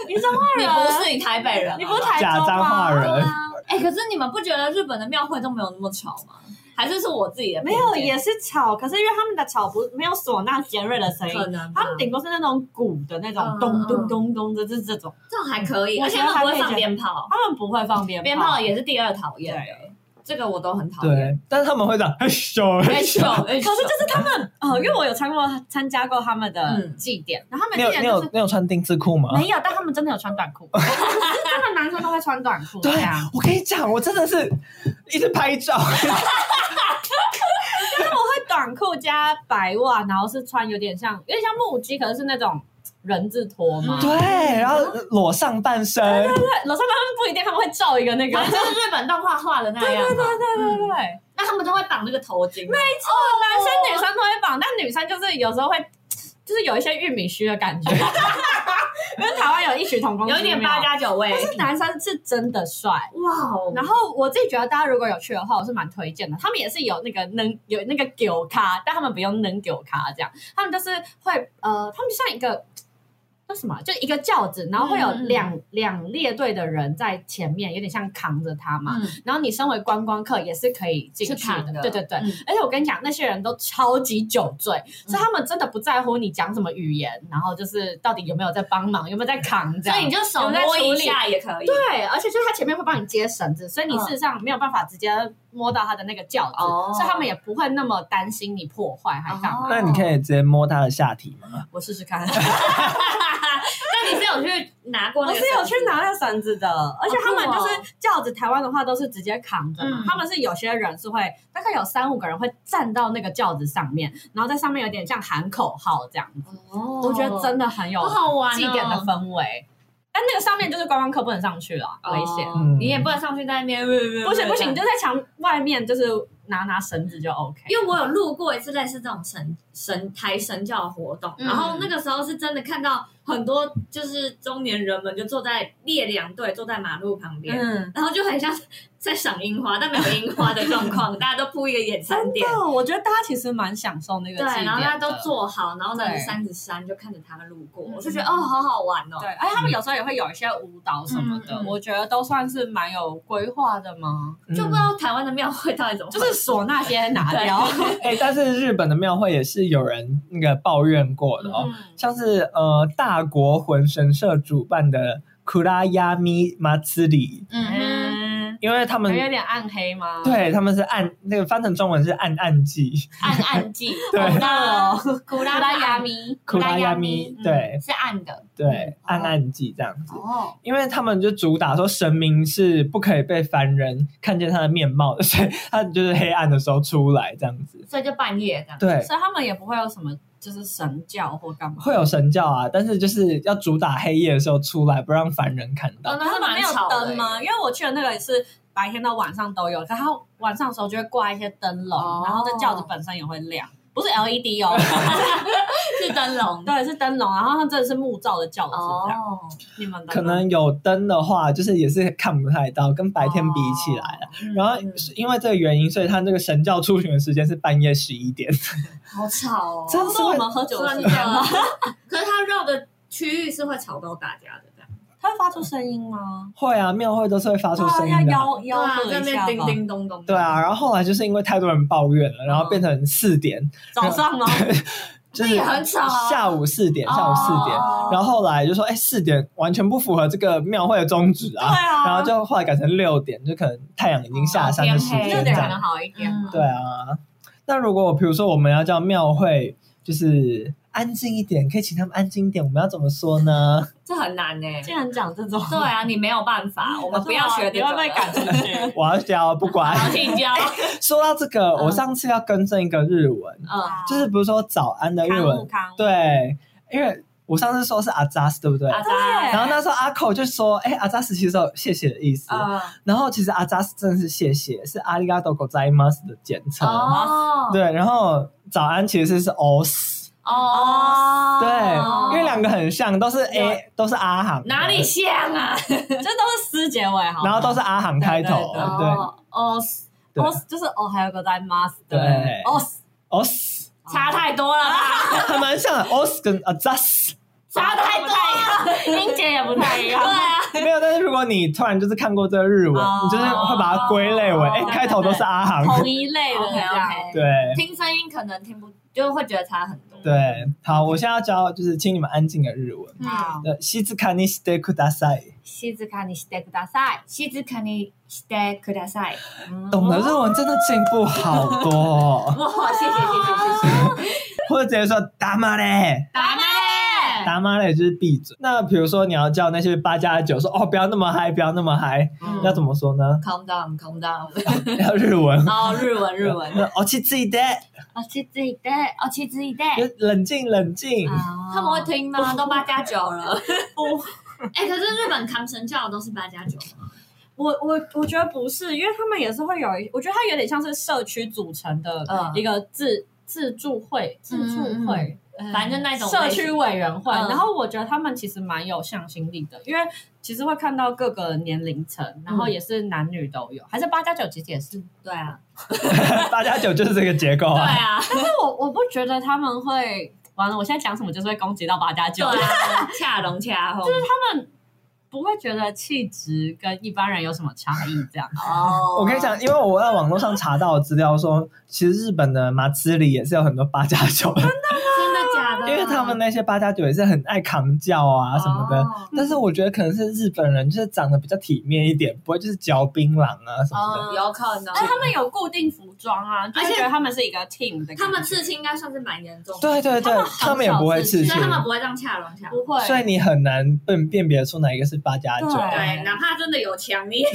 Speaker 4: 你彰化
Speaker 3: 你
Speaker 4: 人，
Speaker 3: 不是你台北人啊，
Speaker 4: 你不是台州
Speaker 2: 假
Speaker 4: 吗
Speaker 2: 彰化人
Speaker 3: 对啊。哎、可是你们不觉得日本的庙会都没有那么吵吗？还是是我自己的
Speaker 4: 没
Speaker 3: 偏见？
Speaker 4: 有也是吵，可是因为他们的吵不没有唢呐尖锐的声音
Speaker 3: 可，能吧，
Speaker 4: 他们顶多是那种鼓的那种
Speaker 3: 嗯
Speaker 4: 咚咚咚咚的，就是这种。
Speaker 3: 这种还可以，
Speaker 4: 我
Speaker 3: 而
Speaker 4: 觉
Speaker 3: 且
Speaker 4: 得
Speaker 3: 他们不
Speaker 4: 还可
Speaker 3: 会
Speaker 4: 以
Speaker 3: 放
Speaker 4: 接
Speaker 3: 鞭炮，
Speaker 4: 他们不会放鞭炮，
Speaker 3: 鞭炮也是第二讨厌的，
Speaker 4: 对。
Speaker 3: 这个我都很讨厌。
Speaker 2: 对，但是他们会讲嘿咻嘿
Speaker 3: 很
Speaker 2: 咻。
Speaker 3: 糗，可
Speaker 4: 可是就是他们，呃，因为我有参过参加过他们的
Speaker 3: 嗯
Speaker 4: 祭典，然后他们
Speaker 2: 你
Speaker 4: 祭
Speaker 2: 有
Speaker 4: 典
Speaker 2: 你
Speaker 4: 就
Speaker 2: 有
Speaker 4: 是
Speaker 2: 你有啊穿丁字裤吗？
Speaker 4: 没有，但他们真的有穿短 裤，真的男生都会穿短裤这
Speaker 2: 对
Speaker 3: 啊
Speaker 4: 样。，
Speaker 2: 我跟你讲，我真的是一直拍照，
Speaker 4: 会短裤加白袜，然后是穿有点像，有点像木屐，可是是那种人字拖嘛。
Speaker 2: 对，然后裸上半身，
Speaker 4: 对，楼上他们不一定，他们会照一个 那个。
Speaker 3: 反正就是日本动画画的那样嘛。
Speaker 4: 对对对，哎
Speaker 3: 那他们都会绑那个头巾，啊没错，
Speaker 4: 男生女生都会绑，但女生就是有时候会。就是有一些玉米须的感觉， 因为台湾有异曲同工之
Speaker 3: 有
Speaker 4: 妙，
Speaker 3: 一点八加九味
Speaker 4: 但。是男生是真的帅。
Speaker 3: 哇哦
Speaker 4: 然后我自己觉得，大家如果有去的话，我是蛮推荐的。他们也是有那个能有那个酒咖，但他们不用能酒咖这样，他们就是会呃，他们就像一个叫什么，啊就一个轿子，然后会有
Speaker 3: 嗯嗯嗯
Speaker 4: 两、两列队的人在前面，有点像扛着他嘛。
Speaker 3: 嗯，
Speaker 4: 然后你身为观光客也是可以进去
Speaker 3: 扛
Speaker 4: 的，对对对。
Speaker 3: 嗯
Speaker 4: 而且我跟你讲，那些人都超级酒醉，所以他们真的不在乎你讲什么语言，然后就是到底有没有在帮忙，有没有在扛
Speaker 3: 所
Speaker 4: 这样。
Speaker 3: 以你就手摸一下也可以。
Speaker 4: 对，而且就是他前面会帮你接绳子，所以你事实上没有办法直接摸到他的那个轿子，
Speaker 3: 哦
Speaker 4: 所以他们也不会那么担心你破坏还干嘛。
Speaker 3: 哦
Speaker 2: 那你可以直接摸他的下体吗？
Speaker 4: 我试试看，
Speaker 3: 那你是有去拿过那
Speaker 4: 我
Speaker 3: 个
Speaker 4: 是
Speaker 3: 绳子吗？
Speaker 4: 有去拿那绳子的，
Speaker 3: 哦
Speaker 4: 而且他们就是轿子，台湾的话都是直接扛着嘛，
Speaker 3: 嗯
Speaker 4: 他们是有些人是会大概有三五个人会站到那个轿子上面，然后在上面有点像喊口号这样，
Speaker 3: 哦，
Speaker 4: 我觉得真的很有
Speaker 3: 好好玩哦，
Speaker 4: 祭典的氛围。但那个上面就是观光客不能上去了，
Speaker 3: 哦
Speaker 4: 危险。
Speaker 2: 嗯
Speaker 3: 你也不能上去在那边，
Speaker 4: 不
Speaker 3: 不
Speaker 4: 行不行，你就在墙外面，就是拿拿绳子就 OK。
Speaker 3: 因为我有路过一次类似这种神神台神教活动，
Speaker 4: 嗯
Speaker 3: 然后那个时候是真的看到很多就是中年人们就坐在列两队坐在马路旁边，
Speaker 4: 嗯，
Speaker 3: 然后就很像在赏樱花，但没有樱花的状 况，大家都铺一个野餐
Speaker 4: 真
Speaker 3: 垫，
Speaker 4: 的，哦我觉得大家其实蛮享受那个
Speaker 3: 对，
Speaker 4: 祭典
Speaker 3: 然后大家都
Speaker 4: 的。
Speaker 3: 坐好，然后拿着
Speaker 4: 对
Speaker 3: 扇子扇就看着他们路过，
Speaker 4: 嗯
Speaker 3: 我就觉得哦，好好玩哦。
Speaker 4: 对，而且他们有时候也会有一些舞蹈什么的，
Speaker 3: 嗯嗯
Speaker 4: 我觉得都算是蛮有规划的嘛。
Speaker 2: 嗯
Speaker 3: 就不知道台湾的庙会到底怎么，
Speaker 4: 就是唢呐先拿 掉，
Speaker 2: 嗯哎、但是日本的庙会也是有人那个抱怨过的哦，
Speaker 4: 嗯
Speaker 2: 像是呃大国魂神社主办的库拉亚米马兹里，
Speaker 3: 嗯
Speaker 4: 嗯，
Speaker 2: 因为他
Speaker 4: 有
Speaker 2: 们
Speaker 4: 有点暗黑吗？，
Speaker 2: 对他们是暗那个翻成中文是暗 暗记，
Speaker 3: 暗暗记，
Speaker 2: 对
Speaker 3: 古拉
Speaker 4: 哦，
Speaker 3: 古
Speaker 4: 拉
Speaker 3: 拉
Speaker 4: 拉亚
Speaker 3: 亚米
Speaker 4: 咪，
Speaker 2: 库拉亚
Speaker 3: 古拉
Speaker 2: 米
Speaker 3: 亚米
Speaker 2: 对
Speaker 3: 是暗的
Speaker 2: 对暗暗记这样子，
Speaker 3: 哦，
Speaker 2: 因为他们就主打说神明是不可以被凡人看见他的面貌的，所以他就是黑暗的时候出来这样子，
Speaker 3: 所以就半夜这样。
Speaker 2: 对。
Speaker 4: 所以他们也不会有什么就是神教或干嘛。
Speaker 2: 会有神教啊，但是就是要主打黑夜的时候出来，不让凡人看到。
Speaker 3: 哦，那
Speaker 4: 他
Speaker 3: 是
Speaker 4: 们没
Speaker 3: 蛮
Speaker 4: 有
Speaker 3: 吵的欸
Speaker 4: 灯吗？因为我去的那个也是白天到晚上都有，可它晚上的时候就会挂一些灯笼，
Speaker 3: 哦
Speaker 4: 然后这轿子本身也会亮，不是 LED 哦，
Speaker 3: 耶？是灯笼。
Speaker 4: 对，是灯笼，然后它真的是木造的轿子这样。
Speaker 3: 哦，
Speaker 4: 你们的吗
Speaker 2: 可能有灯的话，就是也是看不太到，跟白天比起来啊了。
Speaker 3: 嗯
Speaker 2: 然后
Speaker 3: 嗯
Speaker 2: 是因为这个原因，所以他这个神教出巡的时间是半夜十一点。
Speaker 3: 好吵哦，
Speaker 2: 真
Speaker 4: 不
Speaker 2: 的
Speaker 4: 是我们喝酒的时
Speaker 3: 真
Speaker 4: 间
Speaker 3: 的？。
Speaker 4: 吗
Speaker 3: 可是它绕的区域是会吵到大家的， 这样。
Speaker 4: 它会发出声音吗？
Speaker 2: 会啊，庙会都是会发出声
Speaker 4: 对啊
Speaker 2: 音的啊。
Speaker 4: 要吆吆喝
Speaker 3: 对啊在
Speaker 4: 一
Speaker 3: 那
Speaker 4: 下
Speaker 3: 边叮
Speaker 4: 吗？
Speaker 3: 叮咚咚。
Speaker 2: 对啊，，然后后来就是因为太多人抱怨
Speaker 3: 嗯
Speaker 2: 了，然后变成四点，
Speaker 4: 早上哦 吗？
Speaker 2: 就是
Speaker 3: 也很吵啊
Speaker 2: 下午四点，下午四点。
Speaker 3: 哦
Speaker 2: 然后后来就说，哎，四点完全不符合这个庙会的宗旨啊。
Speaker 4: 对啊
Speaker 2: 然后就后来改成六点，就可能太阳已经下山的时
Speaker 3: 哦天黑
Speaker 2: 间
Speaker 4: 六
Speaker 2: 这
Speaker 4: 点可
Speaker 2: 样
Speaker 4: 能。好一点嘛。
Speaker 3: 嗯
Speaker 2: 对啊，那如果比如说我们要叫庙会，就是安静一点，可以请他们安静一点，我们要怎么说 呢？
Speaker 3: 这很难呢、
Speaker 4: 竟然讲这种，
Speaker 3: 对啊，你没有办 法，我们不要学这
Speaker 4: 你
Speaker 3: 种
Speaker 4: 会
Speaker 3: 了。
Speaker 4: 被赶出 去。
Speaker 2: 我要教，不管。
Speaker 3: 好请教。
Speaker 2: 说到这个，我上次要更正一个日文，
Speaker 3: 嗯，
Speaker 2: 就是比如说早安的日
Speaker 4: 康
Speaker 2: 文
Speaker 4: 武，康，
Speaker 2: 对，因为我上次说是阿扎斯，对不对？
Speaker 3: 阿扎，
Speaker 2: 然后那时候阿口就说：“哎、阿扎斯其实有谢谢的意思。
Speaker 3: 嗯，
Speaker 2: 然后其实阿扎斯真的是谢谢，是阿里嘎多狗在 m a s 的简称。
Speaker 3: 哦，
Speaker 2: 对，然后早安其实是 os，、
Speaker 3: 哦，
Speaker 2: 对，因为两个很像，都是 a，都是阿行，
Speaker 3: 哪里？像啊？
Speaker 4: 这都是师结尾，好吗，
Speaker 2: 然后都是阿行开头，
Speaker 4: 啊对
Speaker 2: 对
Speaker 3: 哦哦，
Speaker 2: 对
Speaker 4: os 就是哦，还有个在哦 mas 的
Speaker 2: 对
Speaker 4: os，
Speaker 2: os
Speaker 3: 差太多了吧？
Speaker 2: 还蛮像的，os 跟 azas
Speaker 3: 差太多了， 音节也不太一样。对啊，
Speaker 2: 没有。但是如果你突然就是看过这个日文，
Speaker 4: 哦
Speaker 2: 你就是会把它归类为，哎，
Speaker 4: 对
Speaker 2: 开头都是阿行
Speaker 4: 同，一类的这
Speaker 3: OK
Speaker 4: 样。
Speaker 3: OK，
Speaker 2: 对
Speaker 3: 听声音可能听不，就会觉得差很多。
Speaker 2: 对。好，我现在要教就是请你们安静的日文。
Speaker 3: 嗯好，
Speaker 2: 呃，西子卡尼斯德库达塞，
Speaker 4: 静かにしてください。
Speaker 3: 静かにしてください。
Speaker 2: 懂得日文真的进步好多哦，
Speaker 3: 哇，谢谢谢谢谢谢。
Speaker 2: 或者直接说达玛嘞。
Speaker 3: 打麦嘞，
Speaker 2: 打妈嘞就是闭嘴。那比如说你要叫那些八加九说哦，不要那么嗨，不要那么嗨，
Speaker 3: 嗯
Speaker 2: 要怎么说 呢？
Speaker 3: calm down，calm down。
Speaker 2: 要日文。
Speaker 3: 哦，日文日文。
Speaker 2: 那 哦，气自己的，
Speaker 3: 哦，气自己的，哦，气自己的。
Speaker 2: 就冷静冷静。
Speaker 3: 他们会听吗？都八加九 了。哎，哦可是日本扛神教都是八加九。
Speaker 4: 我我我觉得不是，因为他们也是会有一，我觉得它有点像是社区组成的
Speaker 3: 嗯
Speaker 4: 一个自、自助会、自助会，呃
Speaker 3: 反正那种
Speaker 4: 嗯社区委员会。
Speaker 3: 嗯
Speaker 4: 然后我觉得他们其实蛮有向心力的，因为其实会看到各个年龄层，然后也是男女都有，还是八加九其实也是。
Speaker 3: 对啊，
Speaker 2: 八加九就是这个结构
Speaker 3: 对
Speaker 2: 啊。
Speaker 3: 啊，
Speaker 4: 但是我我不觉得他们会。完了，我现在讲什么就是会攻击到八加
Speaker 3: 对
Speaker 4: 九，
Speaker 3: 啊， 恰龙恰后。
Speaker 4: 不会觉得气质跟一般人有什么差异这样。
Speaker 3: 哦
Speaker 2: 我跟你讲，因为我在网络上查到的资料说，其实日本的马兹里也是有很多八加九的，
Speaker 3: 真的啊假的？
Speaker 2: 因为他们那些八加九也是很爱扛教啊什么的。
Speaker 3: 哦
Speaker 2: 但是我觉得可能是日本人就是长得比较体面一点，不会就是嚼槟榔啊什么的。
Speaker 3: 有可能。
Speaker 4: 哎，他们有固定服装啊，就
Speaker 3: 而且
Speaker 4: 是觉得他们是一个 team 的感觉。
Speaker 3: 他们刺青应该算是蛮严重的，
Speaker 2: 对对对
Speaker 4: 他们，很
Speaker 2: 他们也不会
Speaker 4: 少自
Speaker 2: 刺
Speaker 4: 信
Speaker 2: 青
Speaker 3: 所以，他们不会让恰龙恰后。
Speaker 4: 不会，
Speaker 2: 所以你很难辨辨别出哪一个是八加九。
Speaker 4: 对
Speaker 3: 对，哪怕真的有枪，你也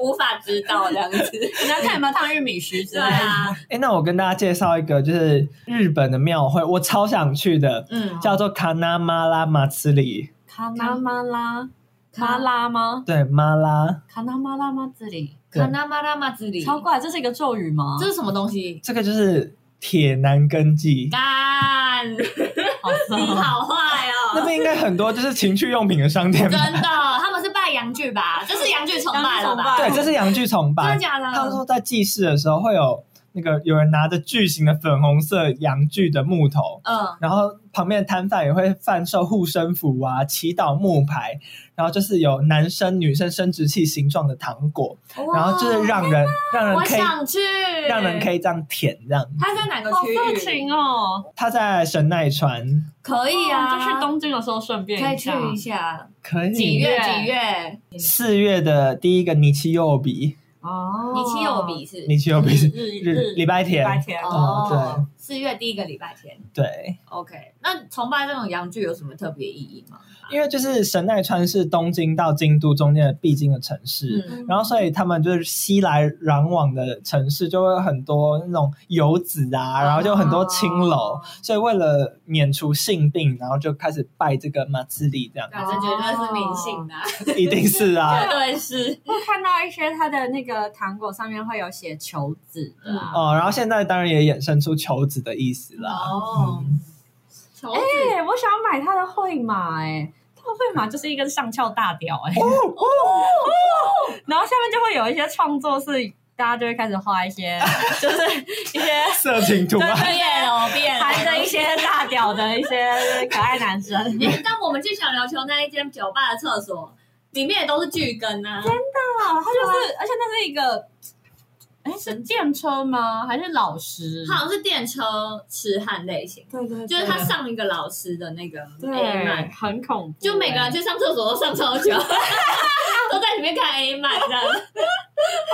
Speaker 3: 无法知道这样子。
Speaker 4: 你要看有没有烫玉米须之
Speaker 3: 对
Speaker 4: 类的。
Speaker 3: 啊，
Speaker 2: 哎、那我跟大家介绍一个，就是日本的庙会，我超想去的，
Speaker 3: 嗯，
Speaker 2: 叫做卡纳马拉马兹里。
Speaker 4: 卡纳马拉，
Speaker 3: 卡
Speaker 4: 卡拉吗？
Speaker 2: 对，马拉，
Speaker 4: 卡纳马拉吗？这里
Speaker 2: 对
Speaker 3: 卡纳马拉马兹里，
Speaker 4: 超怪，这是一个咒语吗
Speaker 3: 这？是什么东西？
Speaker 2: 这个就是铁男根基。
Speaker 3: 啊干，
Speaker 4: 好色
Speaker 3: 你好坏
Speaker 2: 那
Speaker 3: 哦！
Speaker 2: 边应该很多就是情趣用品的商店
Speaker 3: 真
Speaker 2: 吧？
Speaker 3: 的，他们是拜洋剧吧？这是洋剧崇拜了吧？
Speaker 4: 洋
Speaker 2: 对，
Speaker 4: 剧
Speaker 2: 这是洋剧崇
Speaker 3: 真
Speaker 2: 拜
Speaker 3: 的。假的？
Speaker 2: 他们说在祭祀的时候会有那个有人拿着巨型的粉红色洋具的木头，
Speaker 3: 嗯，
Speaker 2: 然后旁边的摊贩也会贩售护身符啊、祈祷木牌，然后就是有男生、女生生殖器形状的糖果，然后就是让人让人
Speaker 3: 我
Speaker 2: 可以
Speaker 3: 想去，
Speaker 2: 让人可以这样舔这样。
Speaker 3: 他在哪个
Speaker 4: 好
Speaker 3: 区
Speaker 4: 色
Speaker 3: 域？
Speaker 4: 情哦！
Speaker 2: 他在神奈川，
Speaker 3: 可以啊，
Speaker 4: 哦就去东京的时候顺便
Speaker 3: 可以
Speaker 4: 一
Speaker 3: 去
Speaker 4: 下
Speaker 3: 一下。
Speaker 2: 可
Speaker 3: 几
Speaker 2: 以
Speaker 3: 月？
Speaker 4: 嗯
Speaker 3: 几月？
Speaker 2: 四月的第一个尼奇柚比，
Speaker 4: 哦。
Speaker 3: 你亲友比是？
Speaker 2: 尼奇柚比
Speaker 3: 嗯
Speaker 2: 是
Speaker 4: 日
Speaker 2: 日礼拜天
Speaker 4: 礼，拜天
Speaker 2: 哦，
Speaker 3: 四月第一个礼拜天。
Speaker 2: 对，
Speaker 3: OK，那崇拜这种洋剧有什么特别意义吗？
Speaker 2: 因为就是神奈川是东京到京都中间的必经的城市，
Speaker 3: 嗯，
Speaker 2: 然后所以他们就是熙来攘往的城市，就会有很多那种游子啊，然后就有很
Speaker 4: 哦
Speaker 2: 多青楼，所以为了免除性病，然后就开始拜这个马自力这样，
Speaker 3: 反正绝对是迷信的啊，
Speaker 2: 一定是啊
Speaker 3: 绝。对是。
Speaker 4: 会看到一些它的那个糖果上面会有写球子
Speaker 3: 嗯
Speaker 4: 的 啊。
Speaker 2: 哦，然后现在当然也衍生出求子的意思啦。
Speaker 3: 哦，球子
Speaker 4: 哎、我想买他的会马、哎，他的会马就是一个上翘大屌、哎、
Speaker 2: 哦
Speaker 4: 然后下面就会有一些创作是大家就会开始画一些，就是一些
Speaker 2: 色情图案，
Speaker 3: 变了，变了。
Speaker 4: 含着一些大屌的一 些可爱男生。
Speaker 3: 哎，但我们去小琉球那一间酒吧的厕所，里面也都是巨根啊。
Speaker 4: 啊，他就是，而且那是一个，哎、是电车吗？还是老师？
Speaker 3: 它好像是电车痴汉类型，
Speaker 4: 对对
Speaker 3: 就是他上一个老师的那个 A
Speaker 4: 对，
Speaker 3: 漫，
Speaker 4: 很恐怖、
Speaker 3: 就每个人
Speaker 4: 哎
Speaker 3: 去上厕所都上超久， 都在里面看 A 漫这样。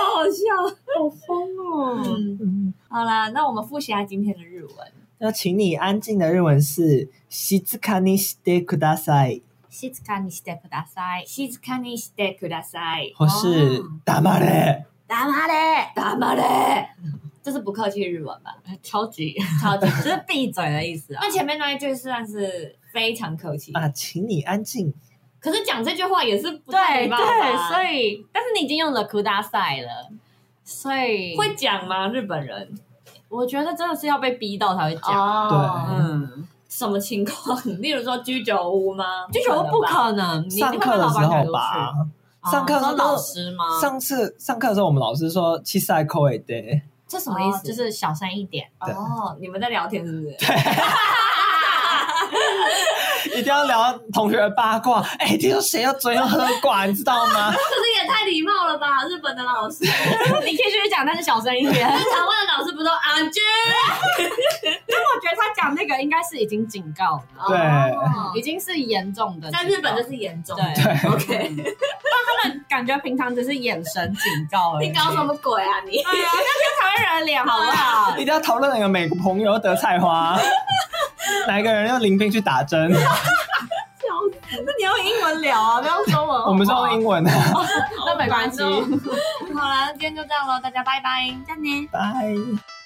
Speaker 4: 好好笑，好疯哦。
Speaker 3: 嗯，
Speaker 2: 嗯
Speaker 3: 好啦，那我们复习一下今天的日文。
Speaker 2: 那请你安静的日文是“静かにしてください
Speaker 3: 静かにしてください。静かにしてください”。。
Speaker 4: 哦
Speaker 2: 或
Speaker 3: 哦
Speaker 2: 是“黙れ
Speaker 3: 打麻嘞，打麻嘞，这是不客气的日文吧？
Speaker 4: 超级
Speaker 3: 超 级。
Speaker 4: 就是闭嘴的意思啊。
Speaker 3: 那前面那一句算是非常客气”。，
Speaker 4: 哎
Speaker 2: 啊，请你安静。
Speaker 3: 可是讲这句话也是不太
Speaker 4: 对
Speaker 3: 礼貌吧
Speaker 4: 对，所以但是你已经用了苦大赛了，所以
Speaker 3: 会讲吗？日本人
Speaker 4: 我觉得真的是要被逼到才会讲。
Speaker 3: 哦
Speaker 2: 对
Speaker 4: 嗯，
Speaker 3: 什么情况？ 例如说居酒屋吗？
Speaker 4: 就觉得不可能，你一定
Speaker 2: 上
Speaker 4: 会
Speaker 2: 课
Speaker 4: 被
Speaker 2: 的
Speaker 4: 老
Speaker 2: 时
Speaker 4: 板赶
Speaker 2: 候
Speaker 4: 出
Speaker 2: 吧
Speaker 4: 去。，
Speaker 2: 上课的时
Speaker 4: 哦
Speaker 2: 候
Speaker 4: 你说老师吗？
Speaker 2: 上次上课的时候，我们老师说“七塞扣一对
Speaker 4: 这什
Speaker 3: 么意思
Speaker 4: 哦就是小声一点。
Speaker 3: 能吧。哦，你们在聊天是不是？”，
Speaker 2: 一定要聊同学的八卦。 哎，听说谁要昨天喝挂，你知道吗？
Speaker 3: 可是也太礼貌了吧！日本的老师，日
Speaker 4: 你可以继续讲，但是小声一点。
Speaker 3: 台湾的老师不都安居？
Speaker 4: 我觉得他讲那个应该是已经警告了，
Speaker 2: 对
Speaker 3: 哦
Speaker 4: 已经是严重的警告。
Speaker 3: 在日本就是严重。
Speaker 4: 对
Speaker 3: ，OK，
Speaker 4: 感觉平常只是眼神警告而已。
Speaker 3: 你搞什么鬼啊你？
Speaker 4: 哎呀，那就台湾人的脸好不好？
Speaker 2: 一定要讨论哪个美国朋友得菜花，哪一个人要淋病去打针。
Speaker 4: 那你要用英文聊啊，不要中文。
Speaker 2: 我们是用英文的，
Speaker 4: 哦那没关系。
Speaker 3: 好了，今天就这样喽，大家拜拜，再见。
Speaker 2: 拜。